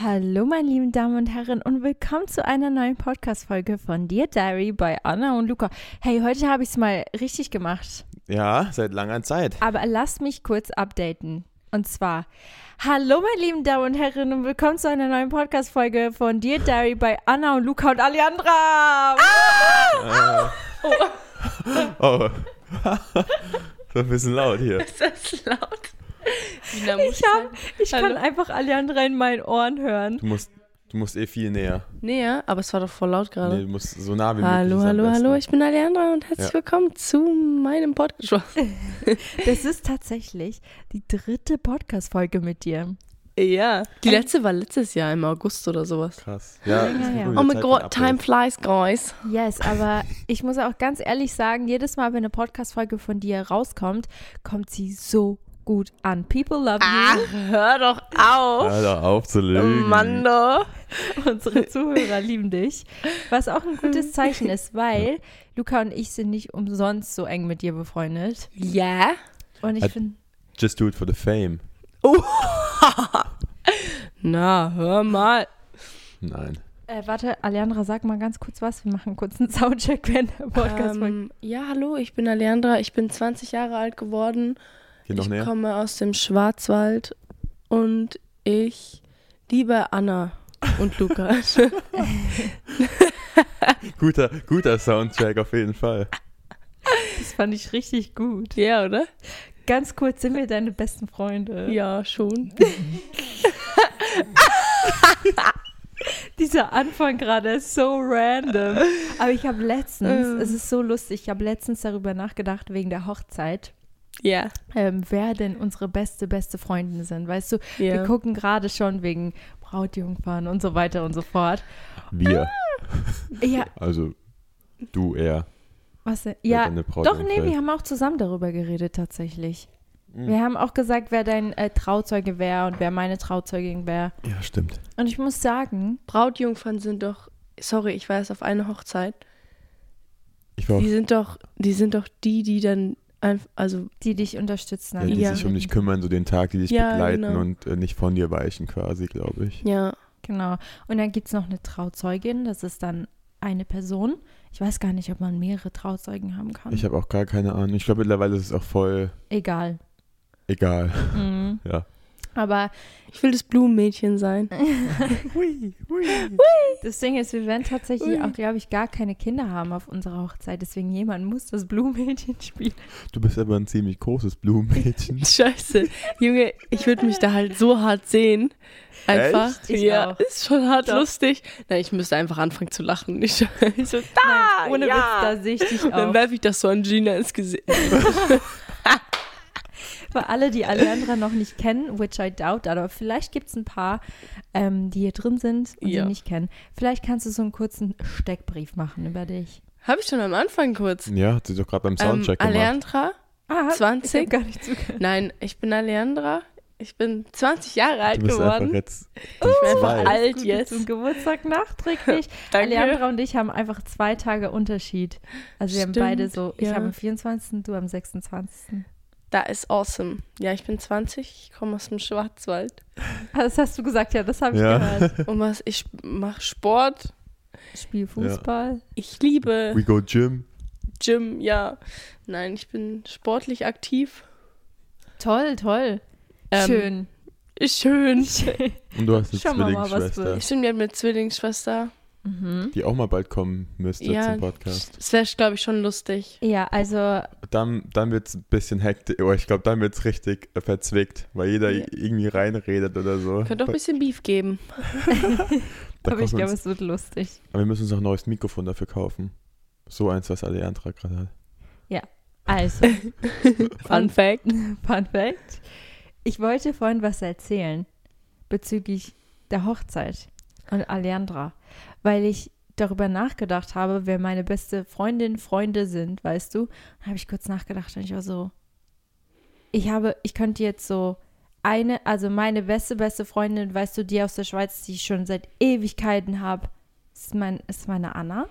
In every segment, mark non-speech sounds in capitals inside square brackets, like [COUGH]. Hallo, meine lieben Damen und Herren, und willkommen zu einer neuen Podcast-Folge von Dear Diary bei Anna und Luca. Hey, heute habe ich es mal richtig gemacht, Ja, seit langer Zeit. aber lasst mich kurz updaten. Und zwar: Hallo, meine lieben Damen und Herren, und willkommen zu einer neuen Podcast-Folge von Dear Diary bei Anna und Luca und Alejandra. Oh. [LAUGHS] so ein bisschen laut hier. [LAUGHS] Ist das laut? Nina muss Ich, hab, ich Hallo. kann einfach Alejandra in meinen Ohren hören. Du musst, du musst eh viel näher. Näher, aber es war doch voll laut gerade. Nee, du musst so nah wie möglich. hallo, ist am hallo, besten. hallo, ich bin Alejandra und herzlich Ja. willkommen zu meinem Podcast. Das ist tatsächlich die dritte Podcast-Folge mit dir. [LAUGHS] ja. Die letzte war letztes Jahr im August oder sowas. Krass. Ja, Ja, ist eine ja. gute Oh my Zeit für ein god, time Update. flies, guys. Yes, aber ich muss auch ganz ehrlich sagen, jedes Mal, wenn eine Podcast-Folge von dir rauskommt, kommt sie so gut an. People love you. Ah, hör doch auf. Hör doch auf zu lügen. Mando. Ah. [LAUGHS] Unsere Zuhörer lieben dich. Was auch ein gutes Zeichen ist, weil Luca und ich sind nicht umsonst so eng mit dir befreundet. [LAUGHS] Ja. Und ich Hat- finde, Just do it for the fame. Na, hör mal. Nein. äh, warte, Alejandra, sag mal ganz kurz was. Wir machen kurz einen Soundcheck während der Podcast-Folge. Ähm, ja, hallo, ich bin Alejandra. Ich bin 20 Jahre alt geworden. Hier noch ich näher. komme aus dem Schwarzwald und ich liebe Anna und [LAUGHS] Lukas. Guter, guter Soundtrack auf jeden Fall. Das fand ich richtig gut. ja, oder? Ganz kurz, sind wir deine besten Freunde? Ja, schon. Dieser Anfang gerade ist so random. Aber ich habe letztens, Ähm. es ist so lustig, ich habe letztens darüber nachgedacht, wegen der Hochzeit, [LAUGHS] Ja. ähm, wer denn unsere beste, beste Freundin sind. Weißt du, wir Ja. gucken gerade schon wegen Brautjungfern und so weiter und so fort. Wir. Ah. Ja, Also, du, er. was denn? Wer Ja, deine Braut doch, nee, einfällt. wir haben auch zusammen darüber geredet tatsächlich. Hm. Wir haben auch gesagt, wer dein äh, Trauzeuge wäre und wer meine Trauzeugin wäre. Ja, stimmt. Und ich muss sagen, Brautjungfern sind doch, sorry, ich war erst auf eine Hochzeit. Ich war auch, Die sind doch, die sind doch die, die dann einfach, also die dich unterstützen. ja, die Ja. sich um dich kümmern, so den Tag, die dich Ja, begleiten genau. und äh, nicht von dir weichen quasi, glaube ich. ja. Genau. Und dann gibt es noch eine Trauzeugin, das ist dann eine Person. Ich weiß gar nicht, ob man mehrere Trauzeugen haben kann. Ich habe auch gar keine Ahnung. Ich glaube, mittlerweile ist es auch voll Egal. egal. Mhm. Ja. Aber Ich will das Blumenmädchen [LAUGHS] sein. das Ding ist, wir werden tatsächlich Ui. auch, glaube ich, gar keine Kinder haben auf unserer Hochzeit. Deswegen jemand muss das Blumenmädchen [LAUGHS] spielen. Du bist aber ein ziemlich großes [LAUGHS] Blumenmädchen. Scheiße. Junge, ich würde mich da halt so hart sehen. Einfach. Echt? Ich ja, auch. ist schon hart Doch. lustig. Nein, ich müsste einfach anfangen zu lachen. [LAUGHS] Ich, ich so, da, Nein, ohne ja. Witz, da sehe ich [LAUGHS] dich [LAUGHS] Dann auch. werfe ich das so an Gina ins Gesicht. Für alle, die Alejandra noch nicht kennen, which I doubt, aber vielleicht gibt es ein paar, ähm, die hier drin sind und Ja. die nicht kennen. Vielleicht kannst du so einen kurzen Steckbrief machen über dich. Habe ich schon am Anfang kurz. Ja, hat sie doch gerade beim Ähm, Soundcheck gemacht. Alejandra? Ah, 20? Ich hab gar nicht zugehört. Nein, ich bin Alejandra. Ich bin 20 Jahre alt Du bist einfach geworden. jetzt ich bin zwei. einfach alt Gute jetzt. Zum Geburtstag nachträglich. Danke. Alejandra und ich haben einfach zwei Tage Unterschied. Also wir haben Stimmt, beide so, ich ja. habe am 24., du am 26. Da ist awesome. Ja, ich bin 20, ich komme aus [LAUGHS] dem Schwarzwald. Ah, Das hast du gesagt, ja, das habe ich Ja. [LAUGHS] gehört. Und was, ich mache Sport. Spiel Fußball. Ich liebe We Go Gym. Gym, ja. Nein, ich bin sportlich aktiv. Toll, toll. Ähm, Schön. Ist [LAUGHS] schön. Und du hast eine Schauen wir mal, was Zwillingsschwester, wird. Stimmt, wir haben eine Zwillingsschwester. die auch mal bald kommen müsste Ja, zum Podcast. das wäre, glaube ich, schon lustig. Ja, also Dann, dann wird es ein bisschen hektisch. Oh, ich glaube, dann wird es richtig äh, verzwickt, weil jeder Ja. irgendwie reinredet oder so. Könnte auch ein Da- bisschen Beef geben. da Aber ich kosten glaube, uns, es wird lustig. aber wir müssen uns noch ein neues Mikrofon dafür kaufen. So eins, was Alejandra gerade hat. Also, Fun Fact. Fun Fact. Ich wollte vorhin was erzählen bezüglich der Hochzeit und Alejandra, weil ich darüber nachgedacht habe, wer meine beste Freundin, Freunde sind, weißt du? Dann habe ich kurz nachgedacht und ich war so, ich habe, ich könnte jetzt so eine, also meine beste, beste Freundin, weißt du, die aus der Schweiz, die ich schon seit Ewigkeiten habe, ist, mein, ist meine Anna.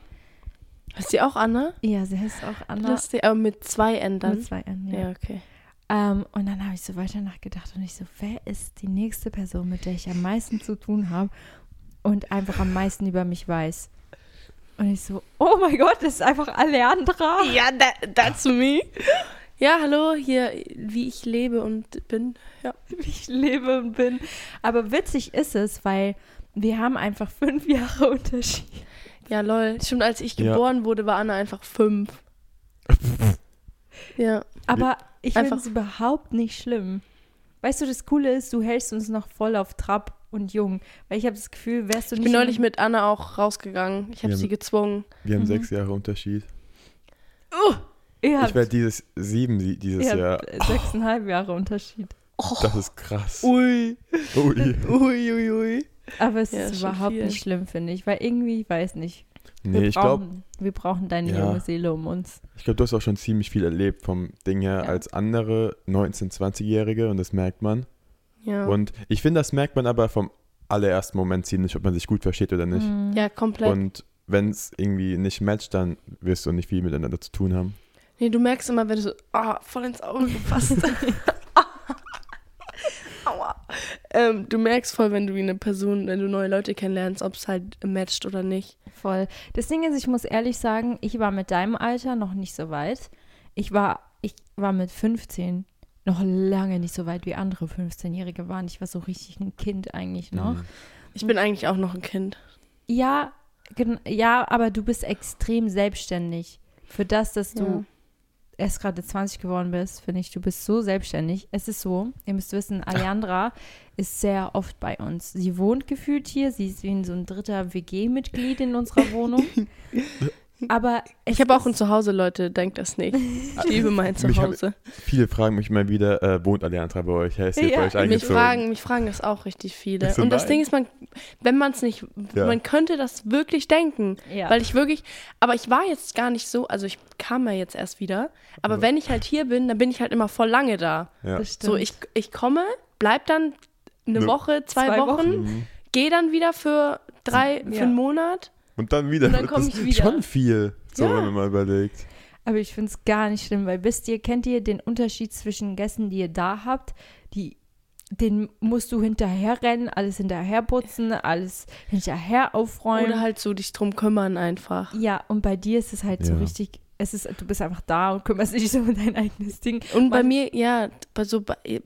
Hast du auch Anna? Ja, sie heißt auch Anna. Lustig, aber mit zwei N dann. Mit zwei N, ja. Ja, okay. Ähm, und dann habe ich so weiter nachgedacht und ich so, wer ist die nächste Person, mit der ich am meisten zu tun habe und einfach am meisten über mich weiß? Und ich so, oh mein Gott, das ist einfach Alejandra. Ja, that, that's me. Ja, hallo, hier, wie ich lebe und bin. Ja. wie [LAUGHS] ich lebe und bin. Aber witzig ist es, weil wir haben einfach fünf Jahre Unterschied. Ja, lol. Stimmt, als ich Ja. geboren wurde, war Anna einfach fünf. ja. Aber ich finde Einfach- es überhaupt nicht schlimm. Weißt du, das Coole ist, du hältst uns noch voll auf Trab und jung. Weil ich habe das Gefühl, wärst du Ich nicht. bin neulich mit Anna auch rausgegangen. Ich habe Ja, sie mit- gezwungen. Wir haben sechs Jahre Unterschied. Ihr habt, Ich werde dieses sieben sie- dieses ihr Jahr. habt äh, sechseinhalb Jahre Unterschied. Das ist krass. Oh Ui. Ui. Ui, ui, ui. Aber es Ja, ist ist schon überhaupt viel. nicht schlimm, finde ich. Weil irgendwie, ich weiß nicht. Wir, Nee, ich glaube, brauchen, wir brauchen deine Ja. junge Seele um uns. ich glaub, du hast auch schon ziemlich viel erlebt vom Ding her Ja. als andere 19-, 20-Jährige und das merkt man. Ja. Und ich finde, das merkt man aber vom allerersten Moment ziemlich, ob man sich gut versteht oder nicht. Mhm. ja, komplett. Und wenn es irgendwie nicht matcht, dann wirst du nicht viel miteinander zu tun haben. Nee, du merkst immer, wenn du so, ah, voll ins Auge gefasst. Aua. Ähm, du merkst voll, wenn du wie eine Person, wenn du neue Leute kennenlernst, ob es halt matcht oder nicht. Voll. Das Ding ist, ich muss ehrlich sagen, ich war mit deinem Alter noch nicht so weit. Ich war, ich war mit 15 noch lange nicht so weit, wie andere 15-Jährige waren. Ich war so richtig ein Kind eigentlich noch. Mhm. Ich bin eigentlich auch noch ein Kind. Ja, gen- ja, aber du bist extrem selbstständig. Für das, dass du Ja. erst gerade 20 geworden bist, finde ich, du bist so selbstständig. Es ist so, ihr müsst wissen, Alejandra ist sehr oft bei uns. Sie wohnt gefühlt hier, sie ist wie ein- so ein dritter WG-Mitglied in unserer Wohnung. [LAUGHS] Aber Ich habe auch ein Zuhause, Leute, denkt das nicht. Ich liebe mein Mich hab- Zuhause. Viele fragen mich immer wieder, äh, wohnt Alejandra bei euch? Hey, ist ihr Ja, bei euch Mich eingezogen? fragen, mich fragen das auch richtig viele. Ich so, Und das nein. Ding ist, man, wenn man es nicht, Ja. man könnte das wirklich denken. Ja. Weil ich wirklich, aber ich war jetzt gar nicht so, also ich kam ja jetzt erst wieder, aber wenn ich halt hier bin, dann bin ich halt immer voll lange da. Ja. Das So, ich, stimmt. ich komme, bleib dann eine Ne- Woche, zwei, Zwei Wochen, Mhm. geh dann wieder für drei, für Ja. einen Monat. Und dann wieder. Und dann komm Das ich ist wieder. Schon viel, so Ja. wenn man mal überlegt. Aber ich finde es gar nicht schlimm, weil wisst ihr, kennt ihr den Unterschied zwischen Gästen, die ihr da habt, die den musst du hinterherrennen, alles hinterherputzen, alles hinterher aufräumen. Oder halt so dich drum kümmern einfach. ja, und bei dir ist es halt so Ja. richtig, es ist, du bist einfach da und kümmerst dich so um dein eigenes Ding. Und bei Man- mir, ja, bei so bei äh,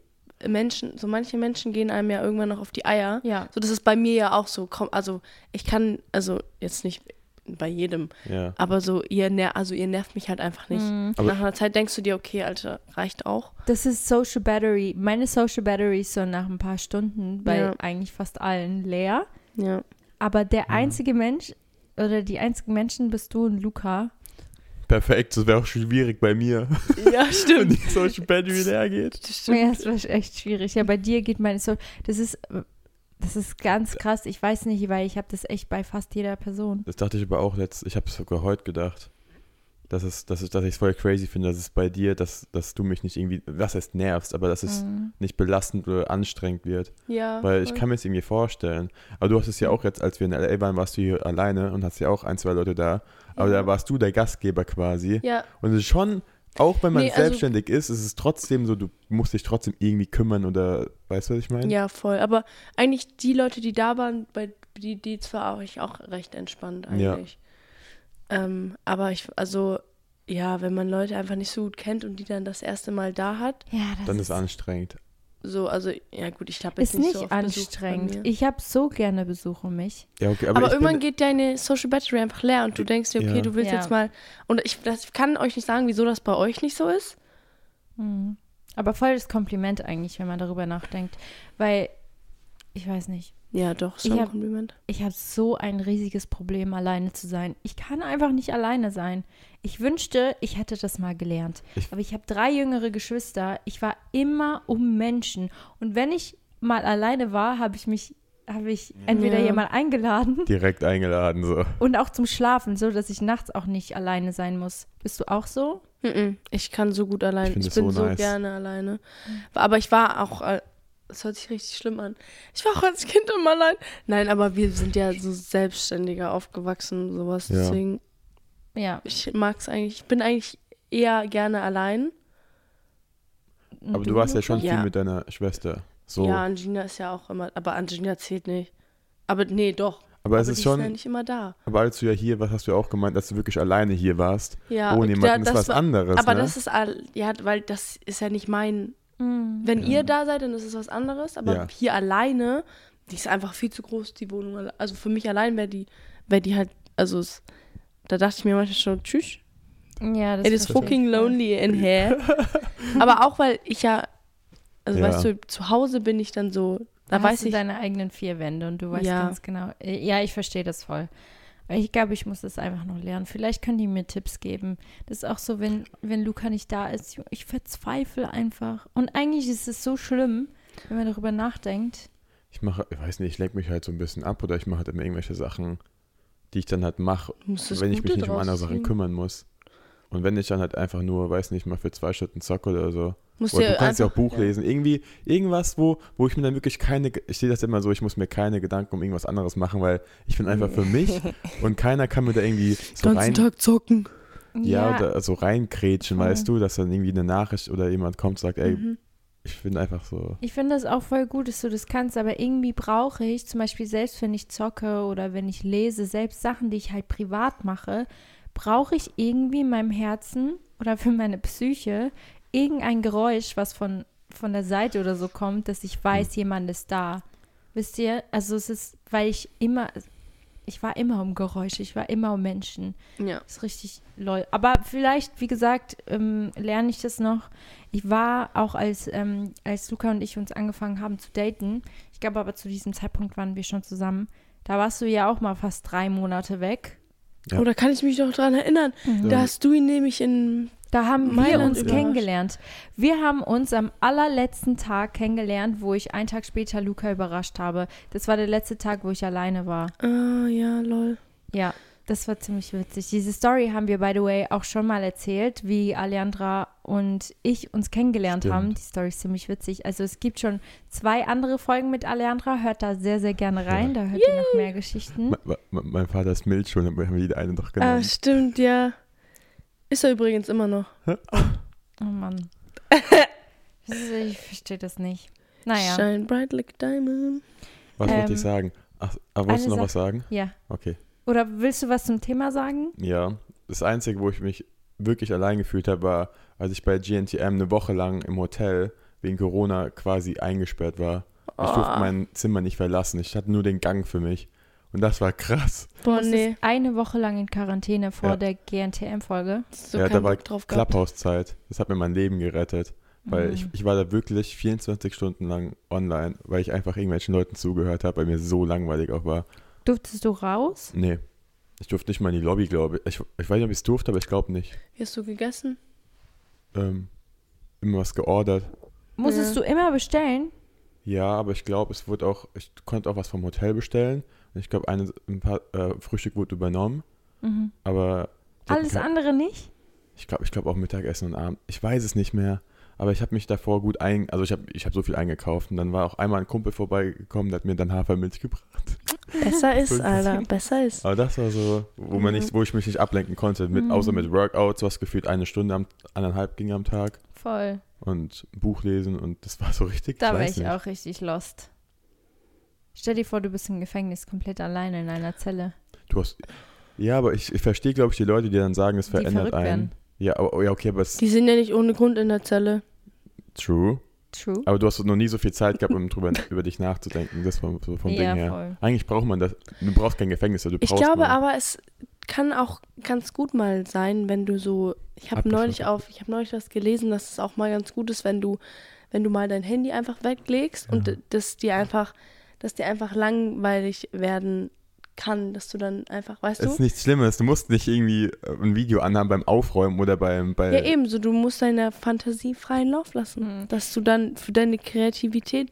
Menschen, so manche Menschen gehen einem ja irgendwann noch auf die Eier. Ja. So, das ist bei mir ja auch so. Komm, also ich kann, also jetzt nicht bei jedem, Ja. aber so, ihr, ner also ihr nervt mich halt einfach nicht. Aber- Nach einer Zeit denkst du dir, okay, Alter, reicht auch. Das ist Social Battery. Meine Social Battery ist so nach ein paar Stunden bei Ja. eigentlich fast allen leer. Ja. Aber der einzige Mensch oder die einzigen Menschen bist du und Luca. Perfekt, das wäre auch schwierig bei mir, [LAUGHS] [LAUGHS] Ja, wenn [LAUGHS] stimmt. die Social Battery leer geht. Das stimmt. Ja, das war echt schwierig. Ja, bei dir geht meine Social. Das ist, äh, das ist ganz krass. Ich weiß nicht, weil ich habe das echt bei fast jeder Person. Das dachte ich aber auch letzt, ich habe es sogar heute gedacht. Dass es, dass ich es dass ich's voll crazy finde, dass es bei dir, dass, dass du mich nicht irgendwie, was heißt nervst, aber dass es Mhm. nicht belastend oder anstrengend wird. Ja. Weil ich voll. kann mir das irgendwie vorstellen. Aber du hast es ja auch jetzt, als wir in LA waren, warst du hier alleine und hast ja auch ein, zwei Leute da. Aber Ja. da warst du der Gastgeber quasi. Ja, Und es ist schon, auch wenn man Nee, also- selbstständig ist, ist es trotzdem so, du musst dich trotzdem irgendwie kümmern oder, weißt du, was ich meine? ja, voll. Aber eigentlich die Leute, die da waren, bei die, die zwar auch ich auch recht entspannt Ja. eigentlich. Ähm, aber ich, also, ja, wenn man Leute einfach nicht so gut kennt und die dann das erste Mal da hat, Ja, das Dann ist es anstrengend. so, also, ja gut, ich habe jetzt ist nicht, nicht so oft Besuch bei anstrengend. mir. Ich habe so gerne Besuch um mich. Ja, okay, aber, aber ich irgendwann bin, Äh, geht deine Social Battery einfach leer und du denkst dir, okay, Ja. du willst Ja. jetzt mal. Und ich das kann euch nicht sagen, wieso das bei euch nicht so ist. Mhm. Aber voll das Kompliment eigentlich, wenn man darüber nachdenkt. Weil, ich weiß nicht. Ja, doch, Ich schon ein hab- Kompliment. Ich habe so ein riesiges Problem, alleine zu sein. Ich kann einfach nicht alleine sein. Ich wünschte, ich hätte das mal gelernt. Ich- Aber ich habe drei jüngere Geschwister. Ich war immer um Menschen. Und wenn ich mal alleine war, habe ich mich, habe ich entweder Ja. jemand eingeladen direkt eingeladen, so. und auch zum Schlafen, so dass ich nachts auch nicht alleine sein muss. Bist du auch so? Mhm, Ich kann so gut Ich allein. find Ich, das bin so so nice. gerne alleine. Aber ich war auch, äh, das hört sich richtig schlimm an. Ich war auch als Kind immer allein. Nein, aber wir sind ja so selbstständiger aufgewachsen und sowas. Ja. Deswegen, Ja. ich mag es eigentlich. Ich bin eigentlich eher gerne allein. Aber du warst ja schon Mhm. Ja. viel mit deiner Schwester. So. Ja, Angelina ist ja auch immer, aber Angelina zählt nicht. Aber nee, doch. aber es aber ist die ist ja schon, nicht immer da. aber als du ja hier warst, hast du ja auch gemeint, dass du wirklich alleine hier warst. Oh, Ja, ohne da- jemanden ist das was war- anderes. aber ne? das ist all, ja, weil das ist ja nicht mein. Mhm. Wenn ihr da seid, dann ist es was anderes. Aber Ja. hier alleine, die ist einfach viel zu groß, die Wohnung. alle- Also für mich allein wäre die, wäre die halt, also es, da dachte ich mir manchmal schon, tschüss. Ja, das It verstehe ich is fucking voll. lonely [LAUGHS] in here. aber auch weil ich ja, also Ja. weißt du, zu Hause bin ich dann so, da Da weiß hast du ich, deine eigenen vier Wände und du weißt Ja. ganz genau. Äh, Ja, ich verstehe das voll. Aber Ich glaube, ich muss das einfach noch lernen. Vielleicht können die mir Tipps geben. Das ist auch so, wenn, wenn Luca nicht da ist, Ju- ich verzweifle einfach. Und eigentlich ist es so schlimm, wenn man darüber nachdenkt. Ich mache, ich weiß nicht, ich lenke mich halt so ein bisschen ab oder ich mache halt immer irgendwelche Sachen, die ich dann halt mache, muss das wenn ich Gute mich nicht um draus andere Sachen ziehen. kümmern muss. Und wenn ich dann halt einfach nur, weiß nicht, mal für zwei Stunden zocke oder so. Musst Oder dir du kannst ja auch einfach- Buch lesen. Irgendwie, irgendwas, wo, wo ich mir dann wirklich keine, ich sehe das immer so, ich muss mir keine Gedanken um irgendwas anderes machen, weil ich bin einfach für [LAUGHS] mich und keiner kann mir da irgendwie so ganzen rein, Tag zocken. ja, Oder so reinkrätschen, Voll. weißt du, dass dann irgendwie eine Nachricht oder jemand kommt und sagt, ey, Mhm. ich bin einfach so, Ich finde das auch voll gut, dass du das kannst, aber irgendwie brauche ich, zum Beispiel selbst wenn ich zocke oder wenn ich lese, selbst Sachen, die ich halt privat mache, brauche ich irgendwie in meinem Herzen oder für meine Psyche irgendein Geräusch, was von, von der Seite oder so kommt, dass ich weiß, jemand ist da. Wisst ihr? Also es ist, weil ich immer, ich war immer um Geräusche, ich war immer um Menschen. Ja. Ist richtig lol. Aber vielleicht, wie gesagt, ähm, lerne ich das noch. Ich war auch, als, ähm, als Luca und ich uns angefangen haben zu daten, ich glaube aber zu diesem Zeitpunkt waren wir schon zusammen, da warst du ja auch mal fast drei Monate weg. Ja. Oder kann ich mich noch dran erinnern? Da hast du ihn nämlich in. Da haben wir Mailand uns überrascht. kennengelernt. Wir haben uns am allerletzten Tag kennengelernt, wo ich einen Tag später Luca überrascht habe. Das war der letzte Tag, wo ich alleine war. Ah, ja, lol. Ja, das war ziemlich witzig. Diese Story haben wir, by the way, auch schon mal erzählt, wie Alejandra und ich uns kennengelernt Stimmt. haben. Die Story ist ziemlich witzig. Also es gibt schon zwei andere Folgen mit Alejandra. Hört da sehr, sehr gerne rein. Da hört ihr noch mehr Geschichten. Me- me- me- Mein Vater ist mild schon, aber haben wir die eine doch Ah, genommen. stimmt, ja. Ist er übrigens immer noch. Oh Mann. [LAUGHS] Das ist- Ich verstehe das nicht. Ah, Naja, Shine bright like a diamond. was wollte ähm, ich sagen? Ach, aber wolltest du eine noch was sagen? ja. Okay. Oder willst du was zum Thema sagen? Ja. Das Einzige, wo ich mich wirklich allein gefühlt habe, war, als ich bei GNTM eine Woche lang im Hotel wegen Corona quasi eingesperrt war. Ich Oh. durfte mein Zimmer nicht verlassen. Ich hatte nur den Gang für mich. Und das war krass. Du Boah, musstest Oh, nee. eine Woche lang in Quarantäne vor Ja. der GNTM-Folge. So ja, da keinen war Bock drauf gehabt. Clubhouse-Zeit. Das hat mir mein Leben gerettet. Weil ich, ich war da wirklich 24 Stunden lang online, weil ich einfach irgendwelchen Leuten zugehört habe, weil mir so langweilig auch war. Durftest du raus? Nee. Ich durfte nicht mal in die Lobby, glaube ich. Ich, ich weiß nicht, ob ich es durfte, aber ich glaube nicht. Wie hast du gegessen? Ähm, immer was geordert. Musstest Ja. du immer bestellen? Ja, aber ich glaube, es wurde auch, ich konnte auch was vom Hotel bestellen. Und ich glaube, eine- ein paar äh, Frühstück wurde übernommen. Mhm. Aber die hatten Alles kein- andere nicht? ich glaube, ich glaube auch Mittagessen und Abend. Ich weiß es nicht mehr. Aber ich habe mich davor gut ein, also ich habe ich hab so viel eingekauft und dann war auch einmal ein Kumpel vorbeigekommen, der hat mir dann Hafermilch gebracht. Besser ist, Fünf. Ah. Alter. Besser ist. Aber das war so, wo man nicht, wo ich mich nicht ablenken konnte, mit, Mhm. außer mit Workouts, was gefühlt eine Stunde am anderthalb ging am Tag. Voll. und Buch lesen und das war so richtig. Da wäre weiß ich nicht. auch richtig lost. Stell dir vor, du bist im Gefängnis komplett alleine in einer Zelle. Du hast, ja, aber ich, ich verstehe, glaube ich, die Leute, die dann sagen, es Die verändert verrückt einen. werden. Ja, aber oh ja, okay, aber es ist Die sind ja nicht ohne Grund in der Zelle. true. True. Aber du hast noch nie so viel Zeit gehabt, um drüber [LAUGHS] über dich nachzudenken. Das vom, so vom ja, Ding her. voll. Eigentlich braucht man das. Du brauchst kein Gefängnis, du Ich brauchst glaube nur- aber, es kann auch ganz gut mal sein, wenn du so. Ich habe neulich Abgeschottet. auf, ich habe neulich was gelesen, dass es auch mal ganz gut ist, wenn du, wenn du mal dein Handy einfach weglegst und d- dass dir einfach, dass dir einfach langweilig werden kann, dass du dann einfach, weißt es ist du? nichts Schlimmes. Du musst nicht irgendwie äh, ein Video anhaben beim Aufräumen oder beim. Bei, Ja, ebenso, du musst deiner Fantasie freien Lauf lassen. Mhm. Dass du dann für deine Kreativität,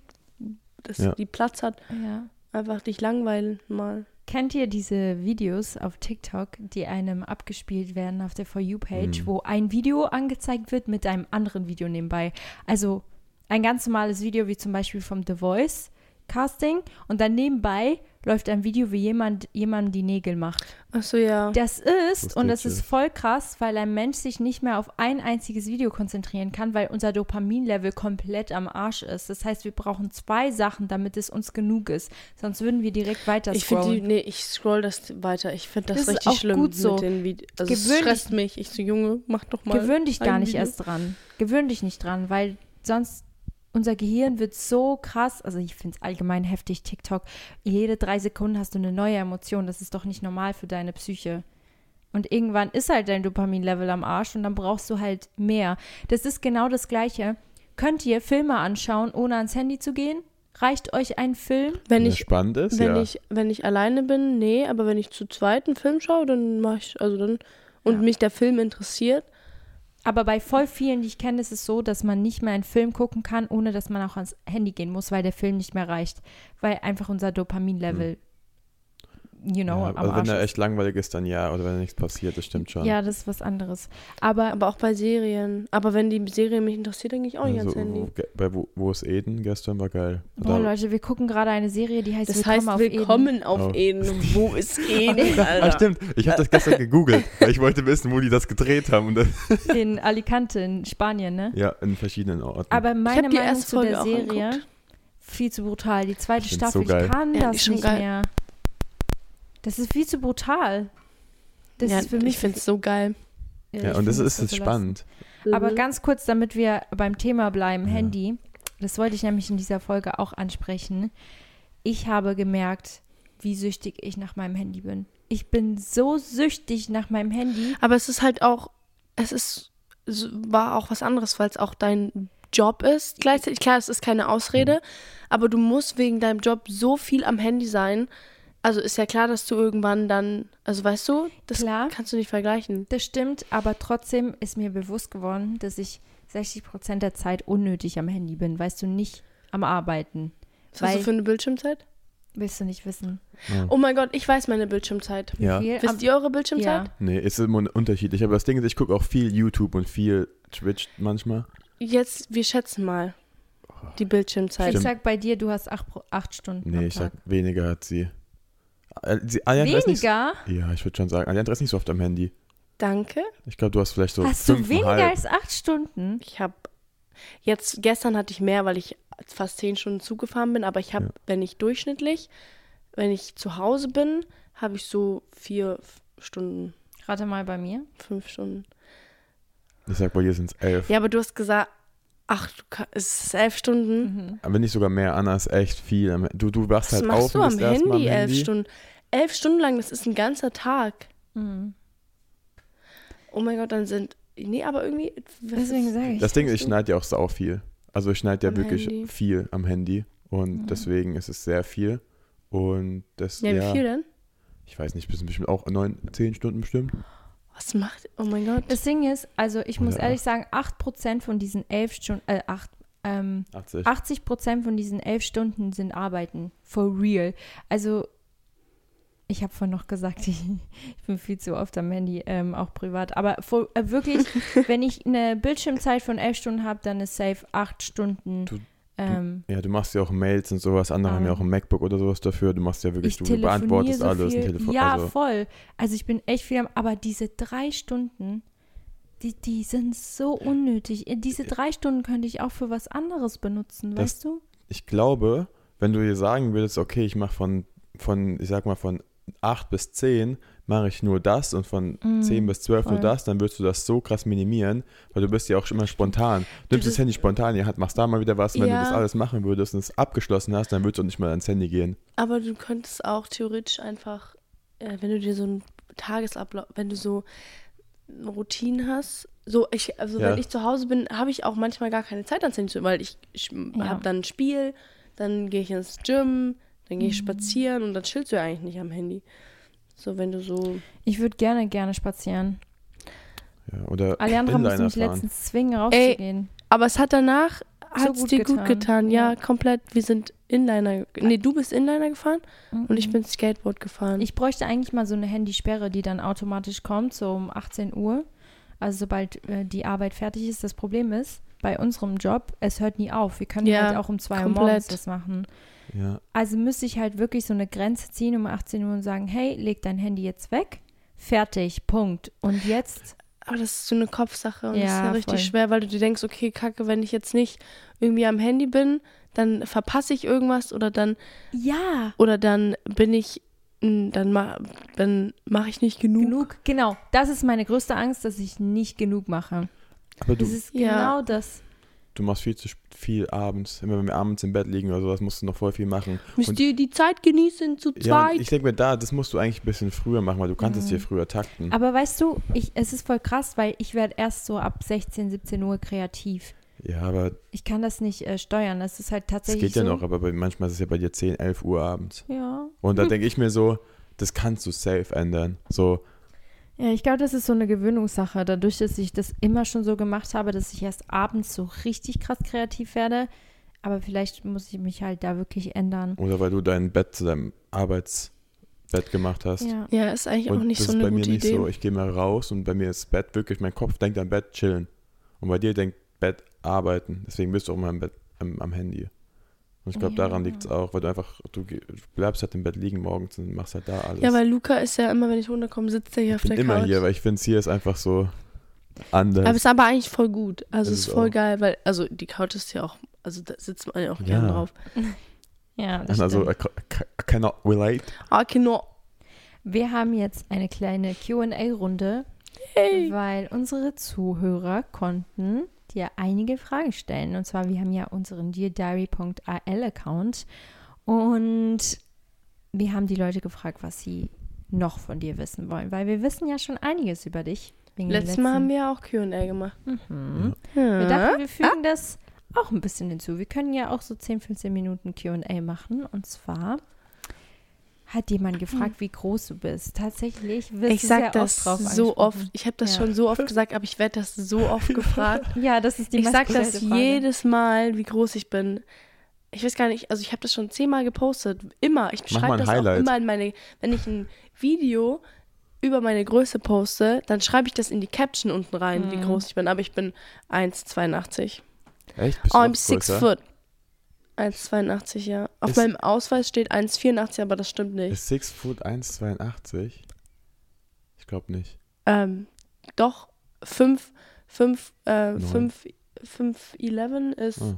dass Ja. die Platz hat, Ja. einfach dich langweilen mal. Kennt ihr diese Videos auf TikTok, die einem abgespielt werden auf der For You-Page, Mhm. wo ein Video angezeigt wird mit einem anderen Video nebenbei? Also ein ganz normales Video, wie zum Beispiel vom The Voice Casting und dann nebenbei läuft ein Video, wie jemand jemandem die Nägel macht. Achso, ja. Das ist, Lustig, und das ja. ist voll krass, weil ein Mensch sich nicht mehr auf ein einziges Video konzentrieren kann, weil unser Dopaminlevel komplett am Arsch ist. Das heißt, wir brauchen zwei Sachen, damit es uns genug ist. Sonst würden wir direkt weiter Ich finde die, scrollen. nee, ich scroll das weiter. Ich finde das, Das ist richtig auch schlimm. gut so. Mit den Vide also es Gewöhn stresst mich. Ich so, Junge, mach doch mal. Gewöhn dich gar ein nicht Video. erst dran. Gewöhn dich nicht dran, weil sonst unser Gehirn wird so krass. Also ich finde es allgemein heftig, TikTok. Jede drei Sekunden hast du eine neue Emotion. Das ist doch nicht normal für deine Psyche. Und irgendwann ist halt dein Dopaminlevel am Arsch und dann brauchst du halt mehr. Das ist genau das Gleiche. Könnt ihr Filme anschauen, ohne ans Handy zu gehen? Reicht euch ein Film? Wenn Wenn ich, das spannend ist, wenn ja. ich, wenn ich alleine bin, nee, aber wenn ich zu zweiten Film schaue, dann mache ich, also dann, und mich der Film interessiert, Aber bei voll vielen, die ich kenne, ist es so, dass man nicht mehr einen Film gucken kann, ohne dass man auch ans Handy gehen muss, weil der Film nicht mehr reicht. Weil einfach unser Dopaminlevel, you know, Genau, ja, am also wenn Arsch er ist. echt langweilig ist, dann ja. Oder wenn da nichts passiert, das stimmt schon. Ja, das ist was anderes. Aber, aber auch bei Serien. Aber wenn die Serie mich interessiert, dann gehe ich auch nicht Also, ans Handy. wo, bei wo, wo ist Eden? Gestern war geil. boah, Da- Leute, wir gucken gerade eine Serie, die heißt Das Willkommen heißt, auf Eden. willkommen auf Oh Oh. Eden. Wo ist [LAUGHS] Eden? Ah, Alter? stimmt. Ich habe das gestern gegoogelt, [LAUGHS] weil ich wollte wissen, wo die das gedreht haben. Und das, In Alicante, in Spanien, ne? ja, in verschiedenen Orten. Aber meine die Meinung erste zu der Folge auch Serie, angeguckt. viel zu brutal. Die zweite Ich find's Staffel, so geil. ich kann Ja, die das ist schon nicht geil. mehr. Das ist viel zu brutal. Das ja, ist für mich. ich finde es so geil. Mhm. ja, ich und das find ist so jetzt belastend. spannend. Aber ganz kurz, damit wir beim Thema bleiben, Ja. Handy. Das wollte ich nämlich in dieser Folge auch ansprechen. Ich habe gemerkt, wie süchtig ich nach meinem Handy bin. Ich bin so süchtig nach meinem Handy. Aber es ist halt auch, es ist, es war auch was anderes, weil es auch dein Job ist. Gleichzeitig, klar, es ist keine Ausrede, aber du musst wegen deinem Job so viel am Handy sein. Also ist ja klar, dass du irgendwann dann, also weißt du, das Klar. kannst du nicht vergleichen. Das stimmt, aber trotzdem ist mir bewusst geworden, dass ich 60 Prozent der Zeit unnötig am Handy bin. Weißt du, nicht am Arbeiten. Was hast Weil, du für eine Bildschirmzeit? willst du nicht wissen. Oh mein Gott, ich weiß meine Bildschirmzeit. Ja. Viel am- Wisst ihr eure Bildschirmzeit? Nee, ist immer unterschiedlich. Aber das Ding ist, ich gucke auch viel YouTube und viel Twitch manchmal. Jetzt, wir schätzen mal die Bildschirmzeit. Ich sag bei dir, du hast acht, Pro- acht Stunden. Nee, am ich Tag. sag, weniger hat sie. Äh, sie Alejandra ist nicht, Weniger? ja, ich würde schon sagen, Alejandra ist nicht so oft am Handy. Danke. Ich glaube, du hast vielleicht so Hast du weniger fünfeinhalb. als acht Stunden? Ich habe jetzt gestern hatte ich mehr, weil ich fast zehn Stunden Zug gefahren bin, aber ich habe, Ja. wenn ich durchschnittlich, wenn ich zu Hause bin, habe ich so vier f- Stunden, Rate mal bei mir. fünf Stunden. ich sag, bei dir sind es elf. Ja, aber du hast gesagt, ach, du ka- es ist elf Stunden. Aber nicht sogar mehr, Anna ist echt viel. am- Du, du wachst Was halt machst auf du und am bist erst Handy, mal am elf Handy. Stunden? Elf Stunden lang, das ist ein ganzer Tag. Mhm. Oh mein Gott, dann sind nee, aber irgendwie was Deswegen ist- sage ich. Das Ding ist, ich Verstehst du? schneide ja auch sau viel. Also ich schneide ja Am wirklich Handy. Mhm. viel am Handy und deswegen ist es sehr viel. Und das, Ja, ja, wie viel denn? ich weiß nicht, bist du bestimmt auch neun, zehn Stunden bestimmt. Was macht? Oh mein Gott. Das Ding ist, also ich muss Oder ehrlich sagen, 8% von diesen 11 Stunden, äh, 8, ähm, 80. 80% von diesen 11 Stunden sind Arbeiten. For real. Also, ich habe vorhin noch gesagt, [LAUGHS] ich, ich bin viel zu oft am Handy, ähm, auch privat. Aber for, äh, wirklich, wenn ich eine Bildschirmzeit von 11 Stunden habe, dann ist safe 8 Stunden. Du- du- ähm, Ja, du machst ja auch Mails und sowas. Andere haben ja Ähm, auch ein MacBook oder sowas dafür. Du machst ja wirklich, ich du telefoniere beantwortest so alles. ein viel. Telefon, ja, also, voll. Also ich bin echt viel am, aber diese drei Stunden, die, die sind so unnötig. Äh, Diese drei Stunden könnte ich auch für was anderes benutzen, Äh, Das- weißt du? ich glaube, wenn du dir sagen würdest, okay, ich mache von, von, ich sag mal, von 8 bis 10 mache ich nur das und von 10 bis 12 nur Mm, voll. das, dann würdest du das so krass minimieren, weil du bist ja auch schon immer spontan. Du nimmst das das- Handy spontan, ja, machst da mal wieder was. Und Wenn Ja. du das alles machen würdest und es abgeschlossen hast, dann würdest du auch nicht mal ans Handy gehen. Aber du könntest auch theoretisch einfach, äh, wenn du dir so einen Tagesablauf, wenn du so eine Routine hast, so ich, also Ja. wenn ich zu Hause bin, habe ich auch manchmal gar keine Zeit ans Handy zu, weil ich, ich Ja. habe dann ein Spiel, dann gehe ich ins Gym, dann gehe ich spazieren und dann chillst du ja eigentlich nicht am Handy. So, wenn du so. Ich würde gerne, gerne spazieren. Ja, oder Alejandra musste Inliner mich fahren. letztens zwingen, rauszugehen. Aber es hat danach, hat es gut dir getan. gut getan. Ja, Ja. komplett. Wir sind Inliner. Nee, du bist Inliner gefahren und ich bin Skateboard gefahren. Ich bräuchte eigentlich mal so eine Handysperre, die dann automatisch kommt, so um 18 Uhr. Also sobald äh, die Arbeit fertig ist. Das Problem ist, bei unserem Job, es hört nie auf. Wir können Ja, halt auch um 2 Uhr komplett. morgens das machen. Ja. Also müsste ich halt wirklich so eine Grenze ziehen um 18 Uhr und sagen, hey, leg dein Handy jetzt weg. Fertig, Punkt. Und jetzt, Aber das ist so eine Kopfsache und das ist ja Ja, richtig voll. schwer, weil du dir denkst, okay, kacke, wenn ich jetzt nicht irgendwie am Handy bin, dann verpasse ich irgendwas oder dann ja, oder dann bin ich mh, dann ma, dann mache ich nicht genug. genug. Genau, das ist meine größte Angst, dass ich nicht genug mache. Aber du, Das ist Ja. genau das. du machst viel zu sp- viel abends. Immer wenn wir abends im Bett liegen oder sowas, musst du noch voll viel machen. Müsst Und- ihr die Zeit genießen zu Ja, und zweit? ich denke mir da, das musst du eigentlich ein bisschen früher machen, weil du kannst es dir früher takten. Aber weißt du, ich, es ist voll krass, weil ich werde erst so ab 16, 17 Uhr kreativ. Ja, aber Ich kann das nicht äh, steuern. Das ist halt das tatsächlich. geht ja so, noch, aber bei- manchmal ist es ja bei dir 10, 11 Uhr abends. Ja. Und [LAUGHS] da denke ich mir so, das kannst du safe ändern. So, Ja, ich glaube, das ist so eine Gewöhnungssache. Dadurch, dass ich das immer schon so gemacht habe, dass ich erst abends so richtig krass kreativ werde. Aber vielleicht muss ich mich halt da wirklich ändern. oder weil du dein Bett zu deinem Arbeitsbett gemacht hast. Ja. ja, ist eigentlich auch Und nicht das so ist eine bei mir gute nicht Idee. so. Ich gehe mal raus und bei mir ist Bett wirklich, mein Kopf denkt an Bett chillen. Und bei dir denkt Bett arbeiten. Deswegen bist du auch immer am, Bett, am, am Handy. Und ich glaube, Ja. daran liegt es auch, weil du einfach, du, geh- du bleibst halt im Bett liegen morgens und machst halt da alles. Ja, weil Luca ist ja immer, wenn ich runterkomme, sitzt er hier auf ich bin der immer Couch. hier, weil ich finde, hier ist einfach so anders. aber es ist aber eigentlich voll gut. Also Ist es ist es voll auch. geil, weil also die Couch ist ja auch, also da sitzt man ja auch Ja. gerne drauf. Ja, das also, stimmt. I ca- I cannot relate. Ah, Kino. Wir haben jetzt eine kleine QA-Runde, Hey. weil unsere Zuhörer konnten dir einige Fragen stellen. Und zwar, wir haben ja unseren DearDiary.al-Account und wir haben die Leute gefragt, was sie noch von dir wissen wollen, weil wir wissen ja schon einiges über dich. wegen den Letztes Mal haben letzten- wir ja auch Q&A gemacht. Mhm. Ja. Wir Äh? dachten, wir fügen das auch ein bisschen hinzu. Wir können ja auch so 10, 15 Minuten QA machen. Und zwar hat jemand gefragt, wie groß du bist. Tatsächlich wirst ich du sag sehr das oft drauf so oft. angesprochen. Ich habe das Ja. schon so oft gesagt, aber ich werde das so [LAUGHS] oft gefragt. Ja, das ist die ich sag meistgestellte das Frage. jedes Mal, wie groß ich bin. Ich weiß gar nicht, also ich habe das schon zehnmal gepostet. Immer. Ich mal schreibe ein das auch Highlight. immer in meine, wenn ich ein Video über meine Größe poste, dann schreibe ich das in die Caption unten rein, Mhm. wie groß ich bin. Aber ich bin 1,82. Echt? Bist Oh, du I'm noch 6 größer? foot. 1,82, ja. Auf Ist- meinem Ausweis steht 1,84, aber das stimmt nicht. Ist 6 Foot 1,82? Ich glaube nicht. Ähm, doch, 5, 5, äh, Neun. 5, 5, 11 ist Ah.